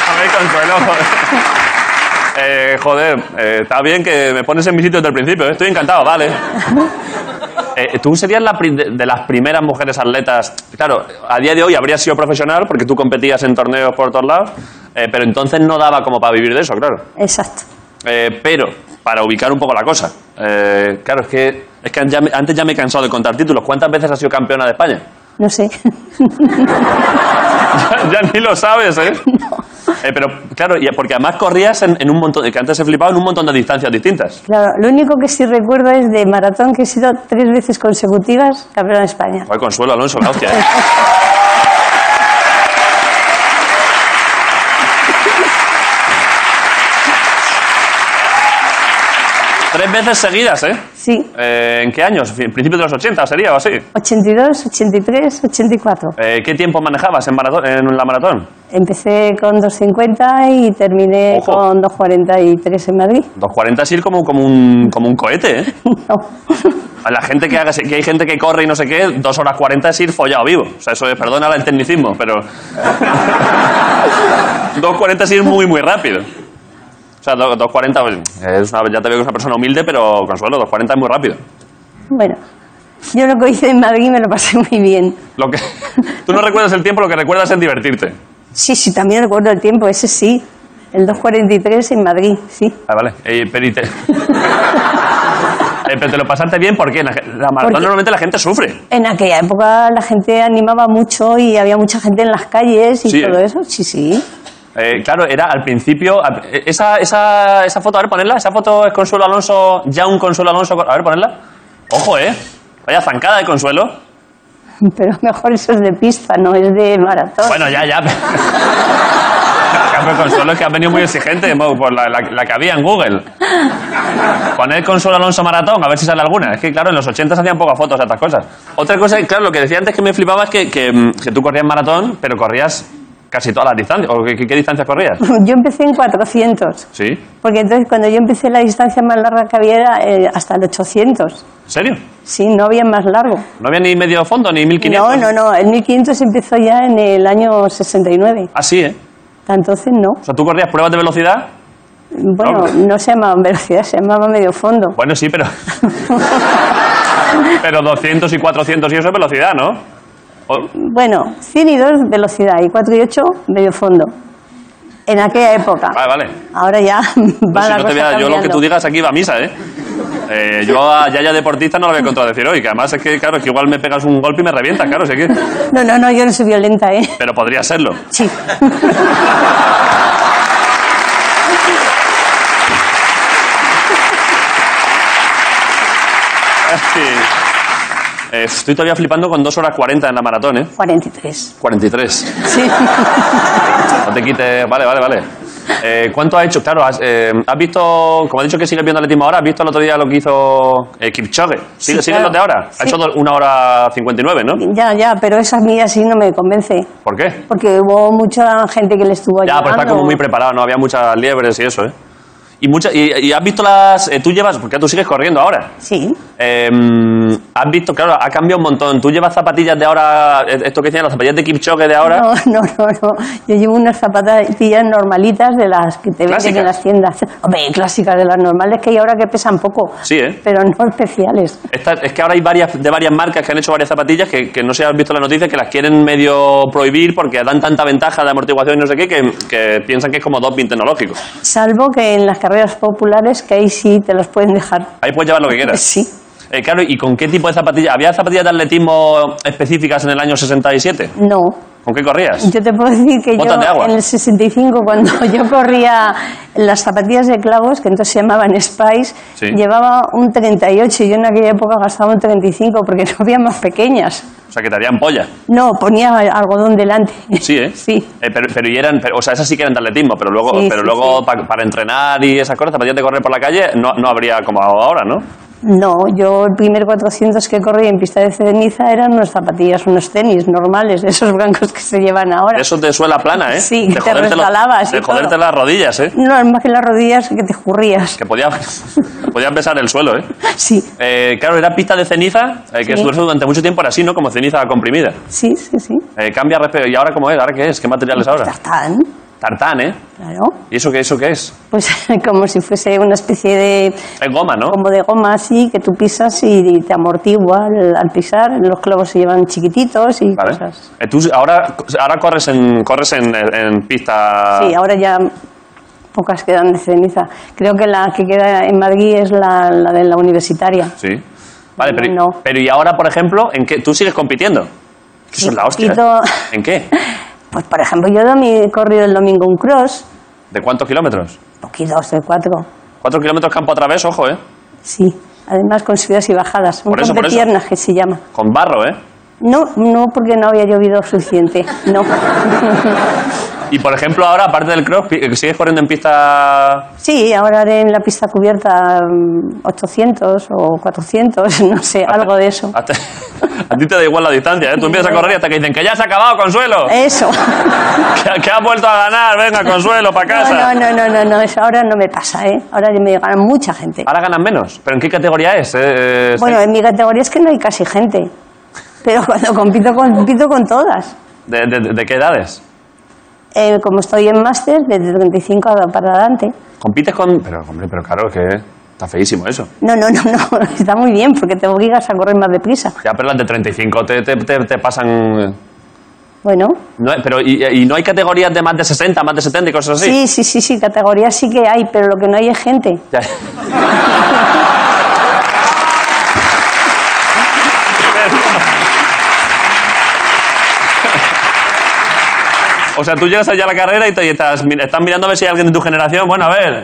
A: A ver, Consuelo. Eh, joder, eh, está bien que me pones en mi sitio desde el principio, ¿eh? estoy encantado, vale. Eh, tú serías la pri- de, de las primeras mujeres atletas. Claro, a día de hoy habrías sido profesional porque tú competías en torneos por todos lados, eh, pero entonces no daba como para vivir de eso, claro.
F: Exacto.
A: Eh, pero, para ubicar un poco la cosa, eh, claro, es que, es que ya me- antes ya me he cansado de contar títulos. ¿Cuántas veces has sido campeona de España?
F: No sé.
A: ya ni lo sabes, ¿eh? Eh, pero claro, y- porque además corrías en, en un montón, que antes he flipado, en un montón de distancias distintas.
F: Claro, lo único que sí recuerdo es de maratón que he sido tres veces consecutivas campeona de España.
A: Joder, consuelo, Alonso, la hostia. eh. Tres veces seguidas, ¿eh?
F: Sí,
A: Eh, en qué años? Fi- ¿Principios de los 80 sería o así?
F: 82, 83, 84.
A: Eh, ¿Qué tiempo manejabas en, maratón- en la maratón?
F: Empecé con 2.50 y terminé
A: Ojo.
F: con 2.43 en Madrid.
A: 240 es ir como, como, un, como un cohete, ¿eh?
F: No.
A: A la gente que haga, que hay gente que corre y no sé qué, dos horas 40 es ir follado vivo. O sea, eso es, perdona el tecnicismo, pero. 2.40 es ir muy, muy rápido. O sea, do- 2.40, pues, es una, ya te veo que es una persona humilde, pero consuelo, 2.40 es muy rápido.
F: Bueno, yo lo que hice en Madrid me lo pasé muy bien.
A: Lo que, tú no recuerdas el tiempo, lo que recuerdas es divertirte.
F: Sí, sí, también recuerdo el tiempo, ese sí. El 2.43 en Madrid, sí.
A: Ah, vale. Eh, pero, y te, Eh, pero te lo pasaste bien porque la, la maratón
F: Porque-
A: normalmente la gente sufre.
F: En aquella época la gente animaba mucho y había mucha gente en las calles y
A: Sí,
F: todo
A: ¿eh?
F: eso. Sí, sí.
A: Eh, claro, era al principio. al- eh, Esa, esa, esa foto, a ver, ponerla. Esa foto es Consuelo Alonso, ya un Consuelo Alonso. A ver, ponerla. Ojo, eh. Vaya zancada de Consuelo.
F: Pero mejor eso es de pista, no es de maratón.
A: Bueno, ya, ya. Ya, pero Consuelo es que ha venido muy exigente mo- por la, la- la que había en Google. Poner Consuelo Alonso Maratón, a ver si sale alguna. Es que, claro, en los 80 se hacían pocas fotos a estas cosas. Otra cosa, claro, lo que decía antes que me flipaba es que, que, mm, que tú corrías maratón, pero corrías casi todas las distancias. ¿O qué, qué- qué distancias corrías?
F: Yo empecé en 400,
A: ¿Sí? ¿En
F: porque entonces cuando yo empecé la distancia más larga que había era eh, hasta el 800.
A: serio?
F: Sí, no había más largo.
A: No había ni medio fondo, ni 1500.
F: No, no, no, el 1500 empezó ya en el año 69.
A: Así, ¿eh?
F: Entonces no.
A: O sea, tú corrías pruebas de velocidad.
F: Bueno,
A: Hombre.
F: no se llamaba velocidad, se llamaba medio fondo.
A: Bueno, sí, pero. pero 200 y 400 y eso es velocidad, ¿no? O-
F: Bueno, 100 y 2 velocidad y 4 y 8 medio fondo. En aquella época.
A: Vale, vale.
F: Ahora ya
A: No,
F: va
A: si
F: la
A: no te
F: cosa
A: voy a- yo lo que
F: cambiando.
A: tú digas aquí va a misa, ¿eh? Eh, yo a Yaya Deportista no la voy a contradecir hoy, que además es que, claro, es que igual me pegas un golpe y me revientas, claro, sé que.
F: No, no, no, yo no soy violenta, ¿eh?
A: Pero podría serlo.
F: Sí.
A: Eh, estoy todavía flipando con 2 horas 40 en la maratón, ¿eh?
F: 43.
A: 43.
F: Sí.
A: No te quites. Vale, vale, vale. Eh, ¿Cuánto has hecho? Claro, has, eh, has visto, como has dicho que sigues viendo atletismo ahora, has visto el otro día lo que hizo eh, Kipchoge. ¿Sigue,
F: Sí,
A: sigue
F: claro.
A: los de ahora? Ha
F: Sí.
A: hecho do- una hora 59, ¿no?
F: Ya, ya, pero esa mía sí no me convence.
A: ¿Por qué?
F: Porque hubo mucha gente que le estuvo
A: Ya,
F: ayudando.
A: pues está como muy preparado, ¿no? Había muchas liebres y eso, ¿eh? Y, muchas y, y has visto las... eh, tú llevas... Porque tú sigues corriendo ahora.
F: Sí.
A: Eh, has visto, claro, ha cambiado un montón. Tú llevas zapatillas de ahora... eh, Esto que decían, las zapatillas de Kipchoge de ahora.
F: No, no, no, no. Yo llevo unas zapatillas normalitas de las que te venden
A: Clásicas.
F: en las tiendas. Hombre, clásicas de las normales que hay ahora que pesan poco.
A: Sí, ¿eh?
F: Pero no especiales.
A: Esta- es que ahora hay varias de varias marcas que han hecho varias zapatillas que, que no sé si has visto la noticia que las quieren medio prohibir porque dan tanta ventaja de amortiguación y no sé qué que, que piensan que es como doping tecnológico.
F: Salvo que en las carreras populares, que ahí sí te las pueden dejar.
A: Ahí puedes llevar lo que quieras.
F: Sí.
A: Eh, claro, ¿y con qué tipo de zapatillas? ¿Había zapatillas de atletismo específicas en el año 67?
F: No.
A: ¿Con qué corrías?
F: Yo te puedo decir que
A: Botas de
F: yo
A: agua.
F: en el 65, cuando yo corría las zapatillas de clavos, que entonces se llamaban Spice,
A: Sí.
F: llevaba un 38 y yo en aquella época gastaba un 35 porque no había más pequeñas.
A: O sea, que te harían polla.
F: No, ponía algodón delante.
A: Sí, ¿eh?
F: Sí.
A: Eh, pero, pero y eran, pero- o sea, esas sí que eran de atletismo, pero luego,
F: Sí,
A: pero
F: sí,
A: luego
F: sí.
A: pa- para entrenar y esas cosas, zapatillas de correr por la calle, no, no habría como ahora, ¿no?
F: No, yo el primer 400 que corrí en pista de ceniza eran unas zapatillas, unos tenis normales, de esos blancos que se llevan ahora.
A: De eso de suela plana, ¿eh?
F: Sí, que
A: de
F: te
A: joderte los-
F: resbalabas y
A: De joderte
F: todo.
A: las rodillas, ¿eh?
F: No, es más que las rodillas que te escurrías.
A: Que podía, podía besar el suelo, ¿eh?
F: Sí,
A: Eh, Claro, era pista de ceniza, eh, que
F: Sí.
A: estuvo durante mucho tiempo era así, ¿no? Como ceniza comprimida.
F: sí, sí, sí.
A: Eh, cambia respeto. ¿Y ahora cómo es? ¿Ahora qué es? ¿Qué material es ahora?
F: Tartán,
A: Tartán, ¿eh?
F: claro.
A: ¿Y eso qué, eso qué es?
F: Pues como si fuese una especie de...
A: Es goma, ¿no?
F: Como de goma así, que tú pisas y te amortigua al, al pisar. Los clavos se llevan chiquititos y
A: Vale.
F: cosas.
A: Eh, tú ahora, ahora corres en, corres en, en pista...
F: Sí, ahora ya pocas quedan de ceniza. Creo que la que queda en Madrid es la, la de la universitaria.
A: Sí. Vale,
F: No,
A: pero,
F: no.
A: pero ¿y ahora, por ejemplo, en qué? ¿Tú sigues compitiendo? Que Eso
F: Sí,
A: es la hostia.
F: compito-
A: ¿eh? ¿En qué?
F: Pues, por ejemplo, yo domi- he corrido el domingo un cross,
A: ¿De cuántos kilómetros?
F: poquitos, de cuatro.
A: Cuatro kilómetros campo a través, ojo, ¿eh?
F: Sí, además con subidas y bajadas. Un
A: Por eso,
F: rompe
A: por eso.
F: piernas que se llama.
A: Con barro, ¿eh?
F: No, no porque no había llovido suficiente. No.
A: Y por ejemplo, ahora, aparte del cross, pi- ¿sigues corriendo en pista
F: sí, ahora haré en la pista cubierta mm, 800 o 400, no sé, algo de eso.
A: Hasta- a ti te da igual la distancia, ¿eh? Tú empiezas a correr y hasta que dicen que ya se ha acabado, Consuelo.
F: Eso.
A: Que, que has vuelto a ganar, venga, Consuelo, para casa.
F: No, no, no, no, no, eso ahora no me pasa, ¿eh? Ahora me gana mucha gente.
A: Ahora ganan menos. ¿Pero en qué categoría es? Eh, eh,
F: Bueno, en mi categoría es que no hay casi gente. Pero cuando compito, compito con todas.
A: de, de- de qué edades?
F: Eh, como estoy en máster, desde 35 a- para adelante.
A: ¿Compites con...? Pero, hombre, pero claro, es que está feísimo eso.
F: No, no, no, no, está muy bien porque te obligas a correr más deprisa.
A: Ya, pero las de 35 te, te, te- te pasan... eh,
F: Bueno,
A: No, pero y, y no hay categorías de más de 60, más de 70 y cosas así?
F: sí, sí, sí, sí, categorías sí que hay, pero lo que no hay es gente.
A: Ya. O sea, tú llegas allá a la carrera y te y estás, mi- estás mirando a ver si hay alguien de tu generación. Bueno, a ver.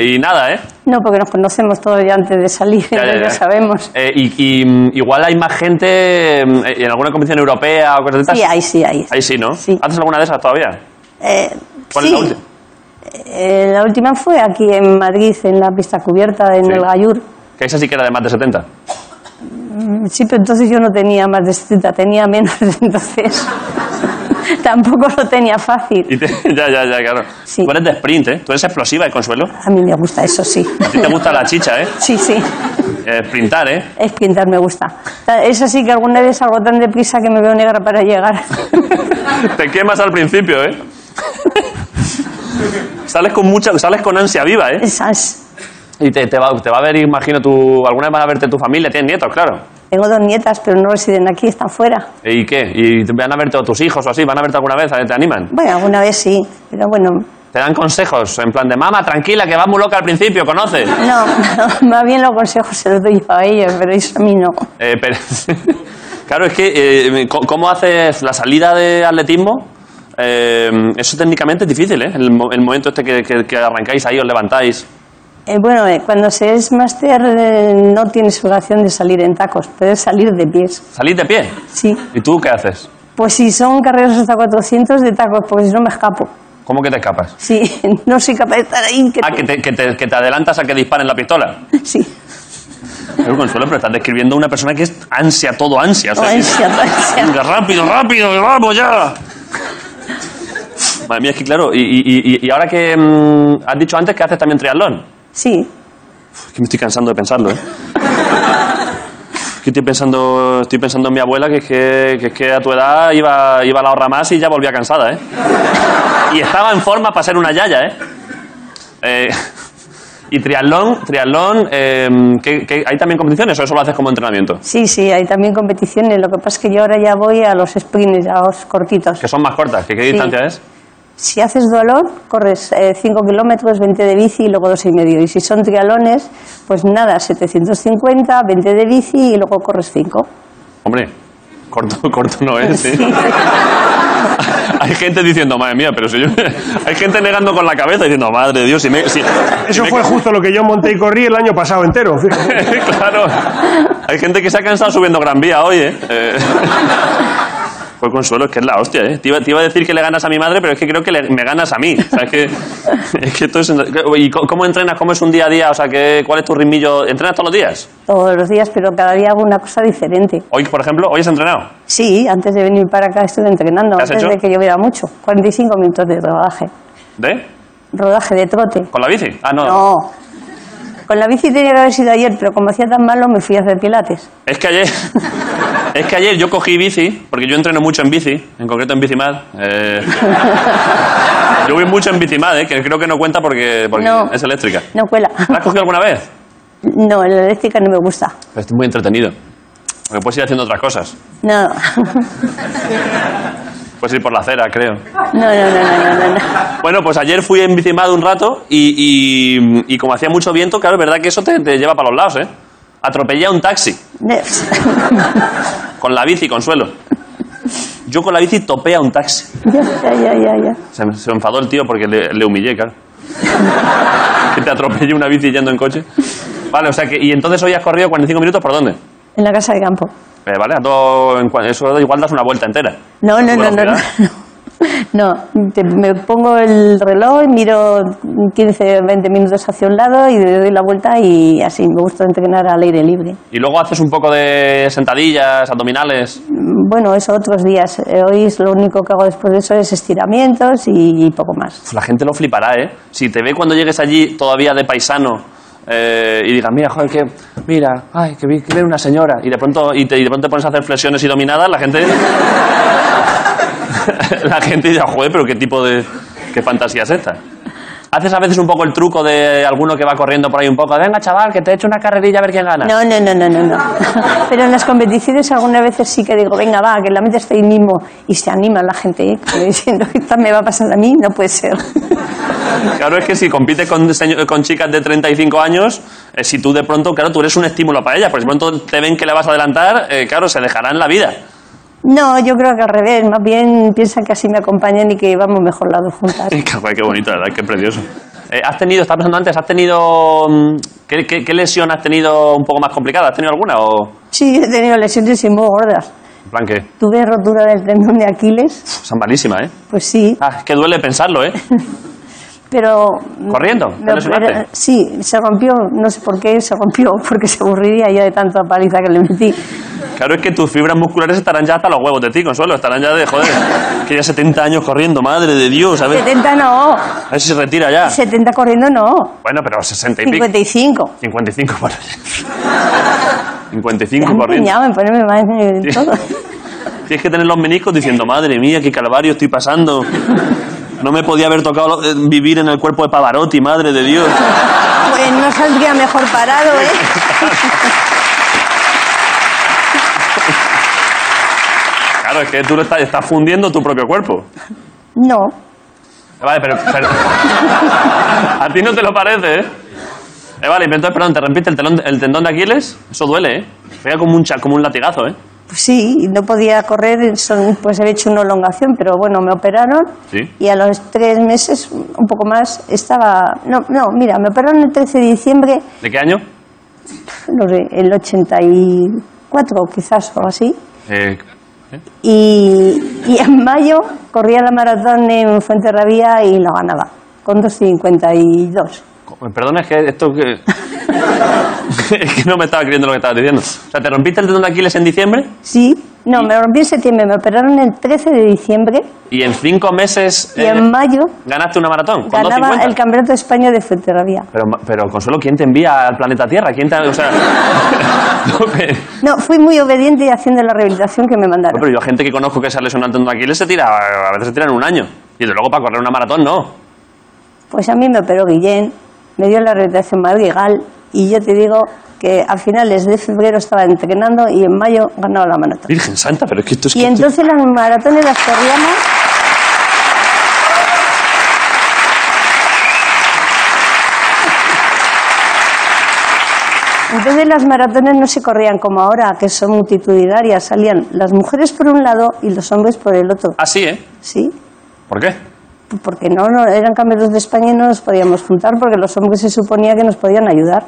A: Y nada, ¿eh?
F: No, porque nos conocemos todos ya antes de salir,
A: Ya, ya,
F: ya,
A: ya.
F: sabemos.
A: Eh, y, y, mm, igual hay más gente mm, eh, en alguna competición europea o cosas de
F: Sí,
A: estas.
F: ahí sí, ahí.
A: Ahí sí, ¿no?
F: Sí.
A: ¿Haces alguna de esas todavía?
F: Eh,
A: ¿Cuál es la
F: sí.
A: última?
F: Eh, la última fue aquí en Madrid, en la pista cubierta, en
A: Sí.
F: el Gallur. Mm,
A: Que esa sí que era de más de 70.
F: Sí, pero entonces yo no tenía más de 70, tenía menos, entonces tampoco lo tenía fácil.
A: Y te- ya, ya, ya, claro.
F: Sí.
A: Tú eres de sprint, ¿eh? Tú eres explosiva y consuelo.
F: A mí me gusta eso, sí.
A: A ti te gusta la chicha, ¿eh?
F: Sí, sí,
A: Eh, Sprintar, ¿eh?
F: es pintar me gusta. O sea, Es así que alguna vez salgo tan deprisa que me veo negra para llegar.
A: Te quemas al principio, ¿eh? sales con mucha, sales con ansia viva, ¿eh?
F: Esas.
A: Y te, te va, te va a ver, imagino, tu, alguna vez van a verte tu familia, tienes nietos, claro.
F: Tengo dos nietas, pero no residen aquí, están fuera.
A: ¿Y qué? ¿Y te- van a verte o tus hijos o así? ¿Van a verte alguna vez? ¿Te animan?
F: Bueno, alguna vez sí, pero bueno,
A: ¿Te dan consejos? En plan de, mamá, tranquila, que vas muy loca al principio, conoces.
F: no, más bien los consejos se los doy yo a ellos, pero eso a mí no.
A: Eh, pero- claro, es que, eh, co- ¿cómo haces la salida de atletismo? Eh, eso técnicamente es difícil, ¿eh? El, mo- el momento este que, que- que arrancáis ahí, os levantáis.
F: Eh, bueno, eh, cuando se es máster eh, no tienes obligación de salir en tacos, puedes salir de pies,
A: Salís de pie.
F: sí.
A: ¿Y tú qué haces?
F: Pues si son carreras hasta 400 de tacos, porque si no me escapo.
A: ¿Cómo que te escapas?
F: Sí, no soy capaz de estar ahí. que
A: Ah, que te, que te- que te adelantas a que disparen la pistola.
F: Sí,
A: Pero Consuelo, pero estás describiendo a una persona que es ansia, todo ansia. o sea,
F: o ansia, o
A: que-
F: ansia.
A: venga, rápido, rápido, vamos ya. Madre mía, es que claro, y, y- y- y ahora que mm, has dicho antes que haces también triatlón.
F: Sí,
A: Es que me estoy cansando de pensarlo, ¿eh? Es que estoy pensando, estoy pensando en mi abuela, que es que, que, es que a tu edad iba, iba a la horra más y ya volvía cansada, ¿eh? Y estaba en forma para ser una yaya, ¿eh? Eh, y triatlón, triatlón, eh, ¿qué- qué- hay también competiciones o eso lo haces como entrenamiento?
F: sí, sí, hay también competiciones. Lo que pasa es que yo ahora ya voy a los sprints, a los cortitos.
A: Que son más cortas, que qué distancia es.
F: Si haces dolor, corres 5 kilómetros, 20 de bici y luego dos y medio. Y si son trialones, pues nada, 750, 20 de bici y luego corres 5.
A: Hombre, corto, corto no es, ¿eh? Hay gente diciendo, madre mía, pero si yo... Hay gente negando con la cabeza diciendo, madre de Dios, si me... si- si
D: Eso
A: me-
D: fue justo lo que yo monté y corrí el año pasado entero. fíjate.
A: claro. Hay gente que se ha cansado subiendo Gran Vía hoy, ¿eh? Eh, Pues consuelo, es que es la hostia, ¿eh? Te iba, te iba a decir que le ganas a mi madre, pero es que creo que le- me ganas a mí. O sea, es que, es que esto es... ¿Y co- cómo entrenas? ¿Cómo es un día a día? O sea, que, ¿cuál es tu ritmillo? ¿Entrenas todos los días?
F: Todos los días, pero cada día hago una cosa diferente.
A: Hoy, por ejemplo, hoy has entrenado.
F: Sí, antes de venir para acá estuve entrenando,
A: ¿Qué has
F: antes
A: hecho?
F: de que lloviera mucho. 45 minutos de rodaje.
A: ¿De?
F: Rodaje de trote.
A: ¿Con la bici? Ah, no.
F: No. Con la bici tenía que haber sido ayer, pero como hacía tan malo me fui a hacer pilates.
A: Es que ayer... Es que ayer yo cogí bici, porque yo entreno mucho en bici, en concreto en Bicimad. Eh, yo voy mucho en Bicimad, ¿eh? que creo que no cuenta porque, porque
F: No.
A: es eléctrica.
F: No cuela.
A: ¿La has cogido alguna vez?
F: No, la eléctrica no me gusta.
A: Pero estoy muy entretenido. Porque puedes ir haciendo otras cosas.
F: No,
A: Puedes ir por la acera, creo.
F: no, no, no, no, no, no, no.
A: Bueno, pues ayer fui en bicimado un rato y, y- y como hacía mucho viento, claro, es verdad que eso te, te lleva para los lados, ¿eh? Atropellé a un taxi
F: No.
A: con la bici, Consuelo. Yo con la bici topé a un taxi.
F: Ya, ya, ya, ya, ya.
A: Se, me- se enfadó el tío porque le, le humillé, claro. que te atropellé una bici yendo en coche. Vale, o sea que. Y entonces hoy has corrido 45 minutos, ¿por dónde?
F: En la casa de campo.
A: Eh, vale, a todo, en cua- eso da igual das una vuelta entera.
F: No, no,
A: ¿Tu
F: no, no. No,
A: velocidad?
F: No, te- me pongo el reloj, miro 15, 20 minutos hacia un lado y le doy la vuelta y así. Me gusta entrenar al aire libre.
A: Y luego haces un poco de sentadillas, abdominales.
F: Mm, Bueno, eso otros días. Eh, Hoy es lo único que hago después de eso es estiramientos y, y poco más.
A: La gente lo flipará, ¿eh? Si te ve cuando llegues allí todavía de paisano eh, y digas, mira, joder, que. Mira, ay, que vi que viene una señora. Y de pronto y, te- y de pronto te pones a hacer flexiones y dominadas, la gente. la gente dirá, joder, pero qué tipo de. qué fantasía es esta. Haces a veces un poco el truco de alguno que va corriendo por ahí un poco. Venga, chaval, que te he hecho una carrerilla a ver quién gana.
F: No, no, no, no, no, no. Pero en las competiciones algunas veces sí que digo, venga, va, que la metes ahí mismo. Y se anima la gente, ¿eh? Como diciendo, esta me va a pasar a mí, no puede ser.
A: Claro, es que si compites con, seño- con chicas de 35 años, eh, si tú de pronto, claro, tú eres un estímulo para ellas, porque de pronto te ven que le vas a adelantar, eh, claro, se dejarán la vida.
F: No, yo creo que al revés. Más bien piensan que así me acompañan y que vamos mejor las dos juntas.
A: Eh, joder, qué bonito, la verdad, qué precioso. Eh, ¿Has tenido, estás pensando antes, has tenido. mm, ¿qué, qué, qué lesión has tenido un poco más complicada? ¿Has tenido alguna o.?
F: Sí, he tenido lesiones y muy gordas.
A: En plan, que.
F: Tuve rotura del tendón de Aquiles,
A: Son malísimas, ¿eh?
F: pues sí,
A: Ah, es que duele pensarlo, ¿eh?
F: pero...
A: ¿Corriendo? ¿Te
F: me
A: lesionaste?
F: operaron- sí, se rompió, no sé por qué se rompió, porque se aburriría yo de tanta paliza que le metí.
A: Claro, es que tus fibras musculares estarán ya hasta los huevos de ti, Consuelo. Estarán ya de, joder, que ya 70 años corriendo, madre de Dios, a ver,
F: 70 no,
A: a ver si se retira ya.
F: 70 corriendo no,
A: Bueno, pero 60 y pico.
F: 55.
A: 55 por 55
F: Me
A: corriendo.
F: empeñaba en ponerme más en todo.
A: Tienes que tener los meniscos diciendo, madre mía, qué calvario estoy pasando. No me podía haber tocado eh, vivir en el cuerpo de Pavarotti, madre de Dios.
F: Pues no saldría mejor parado, ¿eh?
A: Claro, es que tú lo estás, estás fundiendo tu propio cuerpo.
F: No,
A: Vale, pero, pero- A ti no te lo parece, ¿eh? Eh, vale, pero entonces, perdón, te repite el, telón- el tendón de Aquiles. Eso duele, ¿eh? Pega como un, cha- como un latigazo, ¿eh?
F: Pues sí, no podía correr, son- pues he hecho una elongación, pero bueno, me operaron
A: Sí.
F: y a los tres meses, un poco más, estaba... No, no, mira, me operaron el 13 de diciembre,
A: ¿De qué año?
F: no sé, el 84 quizás o así,
A: Eh,
F: y, y en mayo corría la maratón en Fuenterrabía y la ganaba, con 2.52.
A: co- perdona, es que esto... que- es que no me estaba creyendo lo que estabas diciendo. O sea, ¿te rompiste el tendón de Aquiles en diciembre?
F: Sí, no, me rompí en septiembre, me operaron el 13 de diciembre
A: Y en cinco meses
F: y
A: eh,
F: en mayo
A: ganaste una maratón. Con
F: ganaba
A: 2.50.
F: el Campeonato de España de Fuenterrabía.
A: pero, pero, Consuelo, ¿quién te envía al planeta Tierra? ¿Quién te, o sea, no, que-
F: No, fui muy obediente y haciendo la rehabilitación que me
A: No,
F: mandaron.
A: pero yo gente que conozco que se ha lesionado el tendón de Aquiles se tira, a veces se tiran un año. Y de luego para correr una maratón, no.
F: Pues a mí me operó Guillén, me dio la rehabilitación Madrigal y yo te digo que a finales de febrero estaba entrenando y en mayo ganaba la maratón.
A: Virgen Santa, pero es que esto es...
F: Y
A: que-
F: entonces las maratones las corríamos. Entonces las maratones no se corrían como ahora, que son multitudinarias, salían las mujeres por un lado y los hombres por el otro.
A: Así, ¿eh?
F: ¿Sí?
A: ¿Por qué?
F: Porque no, no eran campeonatos de España y no nos podíamos juntar porque los hombres se suponía que nos podían ayudar.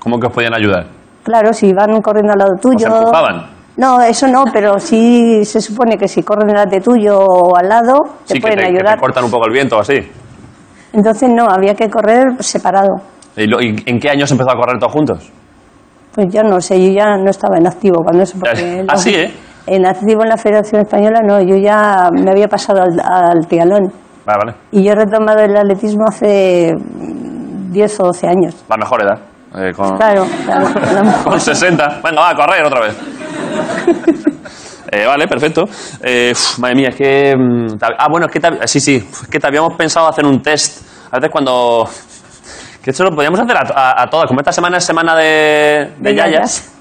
A: ¿Cómo que os podían ayudar?
F: Claro, si van corriendo al lado tuyo.
A: empujaban?
F: No, eso no, pero sí se supone que si corren al de tuyo o al lado,
A: sí,
F: te
A: que
F: pueden
A: te, que te
F: ayudar.
A: cortan un poco el viento o así.
F: Entonces no, había que correr separado.
A: ¿Y, lo- y en qué años empezó a correr todos juntos?
F: Pues yo no sé, yo ya no estaba en activo cuando eso. porque
A: Ah,
F: no-
A: sí, ¿eh?
F: En activo en la Federación Española no, yo ya me había pasado al, al triatlón.
A: Vale, vale.
F: Y yo he retomado el atletismo hace mm, 10 o 12 años.
A: La mejor edad. Eh, con,
F: Claro, claro. la mujer.
A: con 60. Venga, va a correr otra vez. Eh, vale, perfecto. Eh, uf, madre mía, es que. mm, te hab- Ah, bueno, es que te, hab- sí, sí. Es que te habíamos pensado hacer un test. A veces cuando. Que esto lo podíamos hacer a, to- a- a todas. Como esta semana es semana de.
F: De
A: yayas.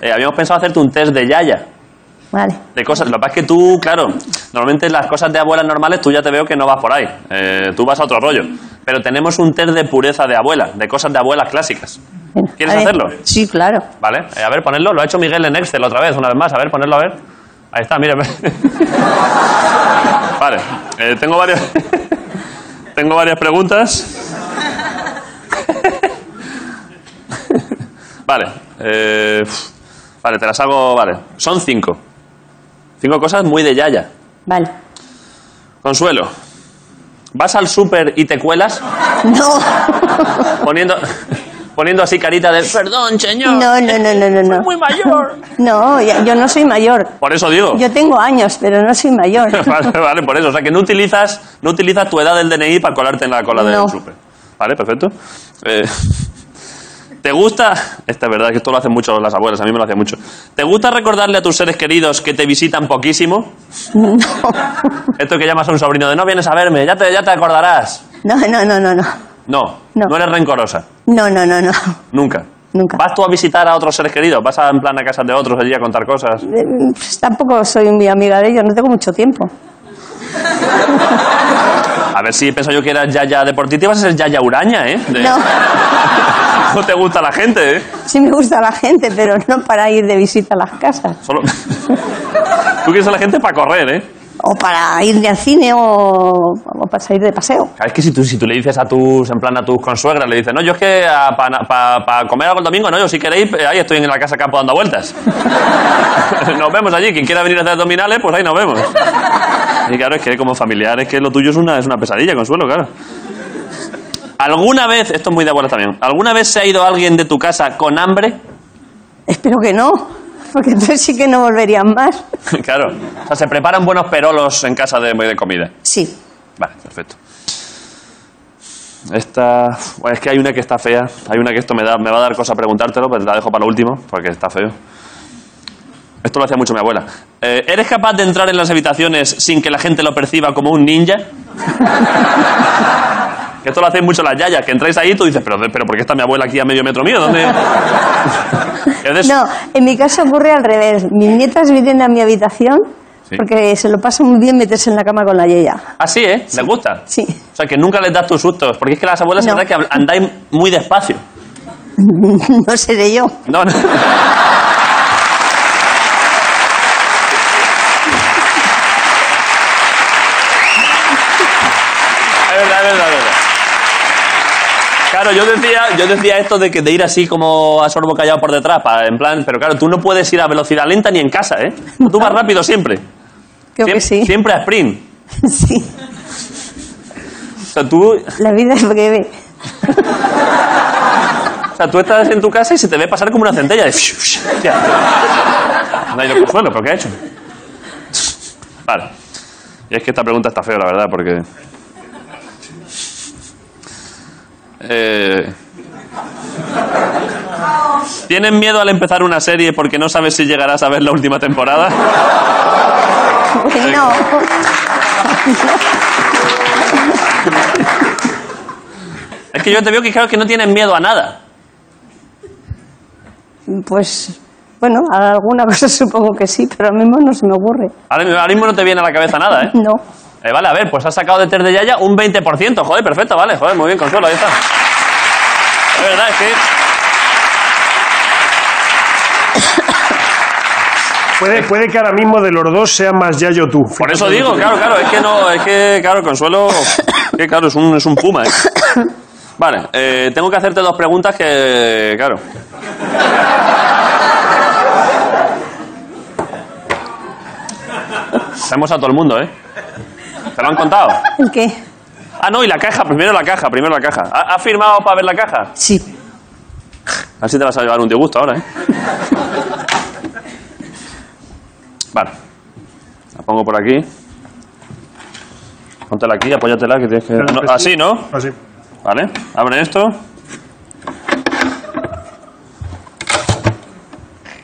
A: eh, habíamos pensado hacerte un test de yaya.
F: Vale.
A: De cosas. Lo que pasa es que tú, claro, normalmente las cosas de abuelas normales tú ya te veo que no vas por ahí. Eh, tú vas a otro rollo. Pero tenemos un test de pureza de abuela, de cosas de abuelas clásicas.
F: Bueno,
A: ¿Quieres
F: a ver.
A: hacerlo?
F: Sí, claro.
A: Vale, eh, a ver, ponedlo. Lo ha hecho Miguel en Excel otra vez, una vez más. A ver, ponedlo a ver. Ahí está, mira. vale, eh, tengo varias. tengo varias preguntas. vale, eh, vale, te las hago. Vale, son cinco. Cinco cosas muy de Yaya.
F: Vale.
A: Consuelo, ¿vas al súper y te cuelas?
F: No.
A: Poniendo, poniendo así carita de perdón, señor.
F: No, no, no, no, no. no.
A: Soy muy mayor.
F: No, ya- yo no soy mayor.
A: Por eso digo.
F: Yo tengo años, pero no soy mayor.
A: vale, vale, por eso. O sea, que no utilizas, no utilizas tu edad del DNI para colarte en la cola
F: No.
A: del súper. Vale, perfecto. Eh, ¿Te gusta? Esta es verdad que esto lo hacen mucho las abuelas, a mí me lo hacía mucho. ¿Te gusta recordarle a tus seres queridos que te visitan poquísimo? Esto que llamas a un sobrino de no vienes a verme, ya te, ya te acordarás.
F: No, no, no, no, no.
A: No, no,
F: No.
A: eres rencorosa,
F: No, no, no, no.
A: nunca.
F: Nunca.
A: ¿Vas tú a visitar a otros seres queridos? ¿Vas a, en plan a casas de otros allí a contar cosas?
F: Eh, pues tampoco soy muy amiga de ellos, no tengo mucho tiempo.
A: A ver si pensaba yo que eras Yaya Deportita y vas a ser Yaya Uraña, ¿eh? De-
F: No,
A: no te gusta la gente, ¿eh?
F: sí me gusta la gente, pero no para ir de visita a las casas.
A: Solo... Tú quieres a la gente para correr, ¿eh?
F: O para ir al cine o, o para salir de paseo.
A: Ah, Es que si tú, si tú le dices a tus, en plan a tus consuegras, le dices, no, yo es que para comer algo el domingo, no, yo si queréis, eh, ahí estoy en la casa campo dando vueltas. nos vemos allí, quien quiera venir a hacer abdominales, pues ahí nos vemos. Y claro, es que como familiar, es que lo tuyo es una, es una pesadilla, Consuelo, claro. ¿Alguna vez, esto es muy de abuelas también, ¿alguna vez se ha ido alguien de tu casa con hambre?
F: Espero que no, porque entonces sí que no volverían más.
A: claro, o sea, se preparan buenos perolos en casa de- de comida.
F: Sí,
A: Vale, perfecto. Esta. Bueno, es que hay una que está fea. Hay una que esto me, da, me va a dar cosa preguntártelo, pero te la dejo para lo último, porque está feo. Esto lo hacía mucho mi abuela. Eh, ¿Eres capaz de entrar en las habitaciones sin que la gente lo perciba como un ninja? Que esto lo hacen mucho las yayas, que entráis ahí y tú dices, pero, pero ¿por qué está mi abuela aquí a medio metro mío? ¿Dónde? Es de-
F: No, en mi caso ocurre al revés. Mis nietas vienen a mi habitación
A: Sí.
F: porque se lo pasa muy bien meterse en la cama con la yaya.
A: Así, ¿eh? ¿Les gusta?
F: Sí.
A: O sea, que nunca les das tus sustos, porque es que las abuelas,
F: No.
A: es verdad que andáis muy despacio.
F: No seré yo.
A: No, no. Es verdad, es verdad, es verdad. Claro, yo decía, yo decía esto de que de ir así como a sorbo callado por detrás, pa- en plan, pero claro, tú no puedes ir a velocidad lenta ni en casa, ¿eh? Tú vas rápido siempre.
F: Creo
A: Siem-
F: que sí.
A: Siempre a sprint.
F: Sí.
A: O sea, tú, o
F: La vida es breve.
A: sea, tú estás en tu casa y se te ve pasar como una centella de... No hay consuelo, pero ¿qué ha hecho? Vale. Y es que esta pregunta está fea, la verdad, porque... Eh... ¿Tienen miedo al empezar una serie porque no sabes si llegarás a ver la última temporada?
F: Bueno,
A: Es que yo te veo que claro que no tienen miedo a nada.
F: pues bueno, a alguna cosa supongo que sí, pero ahora mismo no se me ocurre.
A: Ahora, ahora mismo no te viene a la cabeza nada, ¿eh?
F: No.
A: Eh, vale, a ver, pues has sacado de Ter de Yaya un 20%. Joder, perfecto, vale. Joder, muy bien, Consuelo, ahí está. Es verdad, es que...
D: Puede, puede que ahora mismo de los dos sea más Yayo tú.
A: Por eso
D: Fíjate.
A: digo, claro, claro, es que no, es que, claro, Consuelo, que claro, es un, es un puma, ¿eh? Vale, eh, tengo que hacerte dos preguntas que, claro. Sabemos a todo el mundo, ¿eh? ¿Te lo han contado?
F: ¿El qué?
A: Ah, no, y la caja, primero la caja, primero la caja. ¿Ha- ¿Has firmado para ver la caja?
F: Sí.
A: A ver si te vas a llevar un disgusto ahora, ¿eh? Vale. La pongo por aquí. Póntela aquí, apóyatela, que tienes que... no, así, ¿no?
D: Así.
A: Vale. Abre esto.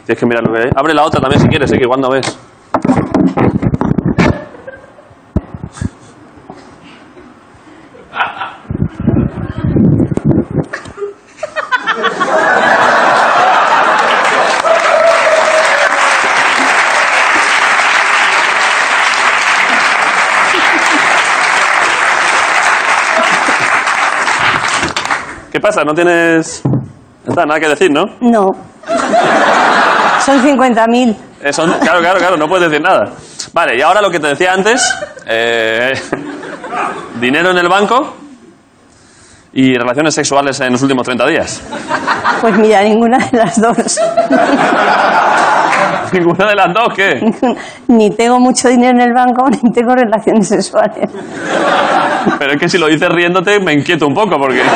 A: Tienes que mirar lo que hay. Abre la otra también si quieres, ¿eh? Que cuando ves. ¿Qué pasa? ¿No tienes...? No está, nada que decir, ¿no?
F: No. Son 50.000.
A: Eso, claro, claro, claro, no puedes decir nada. Vale, y ahora lo que te decía antes, eh, dinero en el banco y relaciones sexuales en los últimos 30 días.
F: Pues mira, ninguna de las dos.
A: Ninguna de las dos, ¿qué?
F: ni tengo mucho dinero en el banco, ni tengo relaciones sexuales.
A: Pero es que si lo dices riéndote me inquieto un poco porque...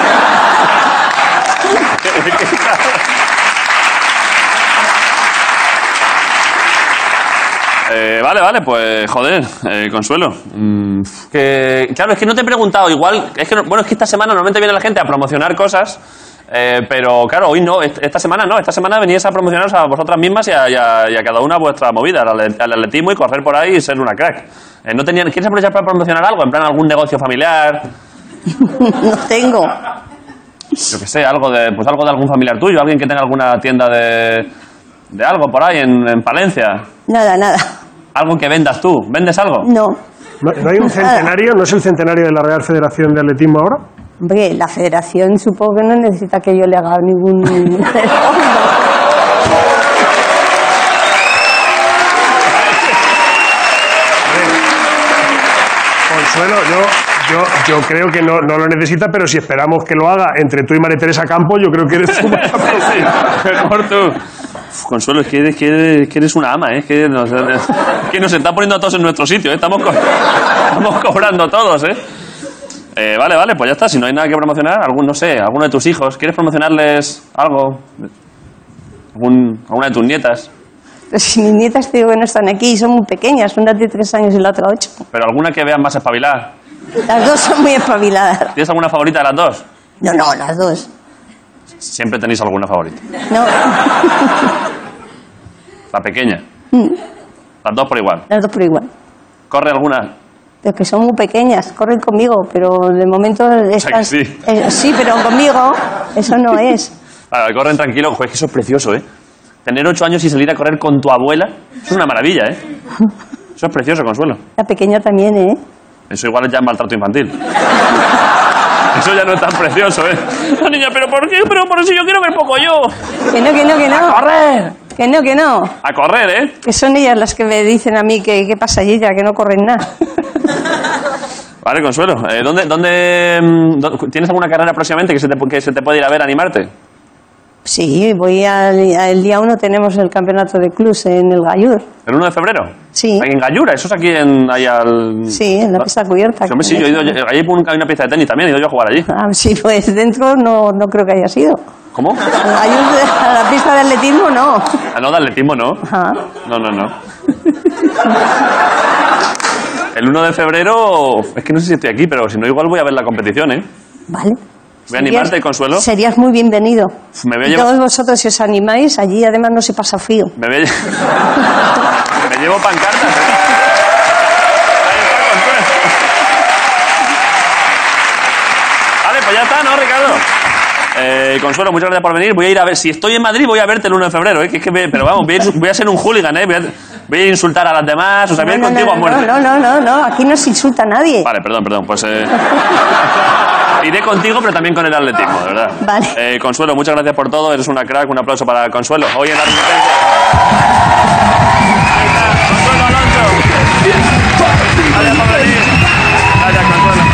A: Eh, vale, vale, pues joder, eh, consuelo. Mm, que, claro, es que no te he preguntado, igual, es que, no- bueno, es que esta semana normalmente viene la gente a promocionar cosas, eh, pero claro, hoy no, est- esta semana no, esta semana venís a promocionaros a vosotras mismas y a, y a- y a cada una vuestra movida, al, ale- al atletismo y correr por ahí y ser una crack. Eh, no tenían, ¿Quieres aprovechar para promocionar algo? En plan, algún negocio familiar,
F: No tengo.
A: yo que sé, algo de, pues algo de algún familiar tuyo, alguien que tenga alguna tienda de, de algo por ahí en, en Palencia,
F: Nada, nada.
A: algo que vendas tú, ¿vendes algo?
F: No.
D: ¿No, no hay un centenario? ¿No es el centenario de la Real Federación de Atletismo ahora?
F: Hombre, la federación supongo que no necesita que yo le haga ningún...
D: Consuelo, yo, yo, yo creo que no, no lo necesita, pero si esperamos que lo haga entre tú y María Teresa Campos, yo creo que eres tú.
A: Mejor tú. Uf, Consuelo, es que eres, que eres- que eres una ama, ¿eh? Es que nos, es que nos está poniendo a todos en nuestro sitio, ¿eh? Estamos, co- estamos cobrando todos, ¿eh? Eh, Vale, vale, pues ya está. Si no hay nada que promocionar, algún, no sé, alguno de tus hijos. ¿Quieres promocionarles algo? ¿Algún, ¿Alguna de tus nietas?
F: Pero si mis nietas te digo que no están aquí y son muy pequeñas, una tiene tres años y la otra ocho.
A: ¿Pero alguna que veas más espabilada?
F: Las dos son muy espabiladas.
A: ¿Tienes alguna favorita de las dos?
F: No, no, las dos.
A: Siempre tenéis alguna favorita.
F: No,
A: La pequeña. Las dos por igual.
F: las dos por igual.
A: ¿Corre alguna?
F: Pero que son muy pequeñas, corren conmigo, pero de momento
A: sea que
F: están...
A: sí.
F: Eh, sí, pero conmigo eso no es.
A: Claro, corren tranquilo. Joder, es que eso es precioso, ¿eh? Tener ocho años y salir a correr con tu abuela, eso es una maravilla, ¿eh? Eso es precioso, Consuelo.
F: La pequeña también, ¿eh?
A: Eso igual es ya maltrato infantil. Eso ya no es tan precioso, ¿eh? La niña, ¿pero por qué? Pero por eso yo quiero ver poco yo.
F: Que no, que no, que no.
A: ¡Correr!
F: Que no, que no.
A: A correr, ¿eh?
F: Que son ellas las que me dicen a mí que qué pasa ella, que no corren nada.
A: Vale, Consuelo. eh, ¿dónde, dónde, mm, dó- ¿Tienes alguna carrera próximamente que se, te, pu- que se te puede ir a ver, a animarte?
F: Sí, voy al, al día uno tenemos el campeonato de clubs en el Gallur.
A: ¿El 1 de febrero?
F: Sí.
A: Ahí en Gallura, eso es aquí en... Ahí al...
F: Sí, en la
A: No.
F: pista cubierta.
A: Sí, hombre, sí, Mm. yo he ido... yo- Allí hay un- hay una pista de tenis también, he ido yo a jugar allí.
F: Ah, sí, pues dentro no, no creo que haya sido.
A: ¿Cómo?
F: Al Gallur, a la pista de atletismo no. Ah,
A: Ah, no, de atletismo no.
F: Ajá.
A: No, no, no. El 1 de febrero... Es que no sé si estoy aquí, pero si no, igual voy a ver la competición, ¿eh?
F: Vale.
A: Voy a animarte,
F: Serías-
A: Consuelo.
F: Serías muy bienvenido.
A: Me voy a
F: Y
A: llevar-
F: Todos vosotros, si os animáis, allí además no se pasa frío.
A: Me, ve- me llevo pancartas. ¿eh? Ahí está, Consuelo. Vale, pues ya está, ¿no, Ricardo? Eh, Consuelo, muchas gracias por venir. Voy a ir a ver. Si estoy en Madrid, voy a verte el 1 de febrero. ¿eh? Que es que me- pero vamos, voy a, ir- voy a ser un hooligan, ¿eh? Voy a, voy a insultar a las demás. O sea, voy a ir
F: no,
A: contigo
F: no,
A: a muerte.
F: no, no, no, no, aquí no se insulta a nadie.
A: Vale, perdón, perdón. Pues eh, iré contigo, pero también con el atletismo, de verdad.
F: Vale.
A: Eh, Consuelo, muchas gracias por todo. Eres una crack. Un aplauso para Consuelo. Hoy en la resistencia. Ahí está, Consuelo Alonso. Gracias por venir. Gracias, Consuelo.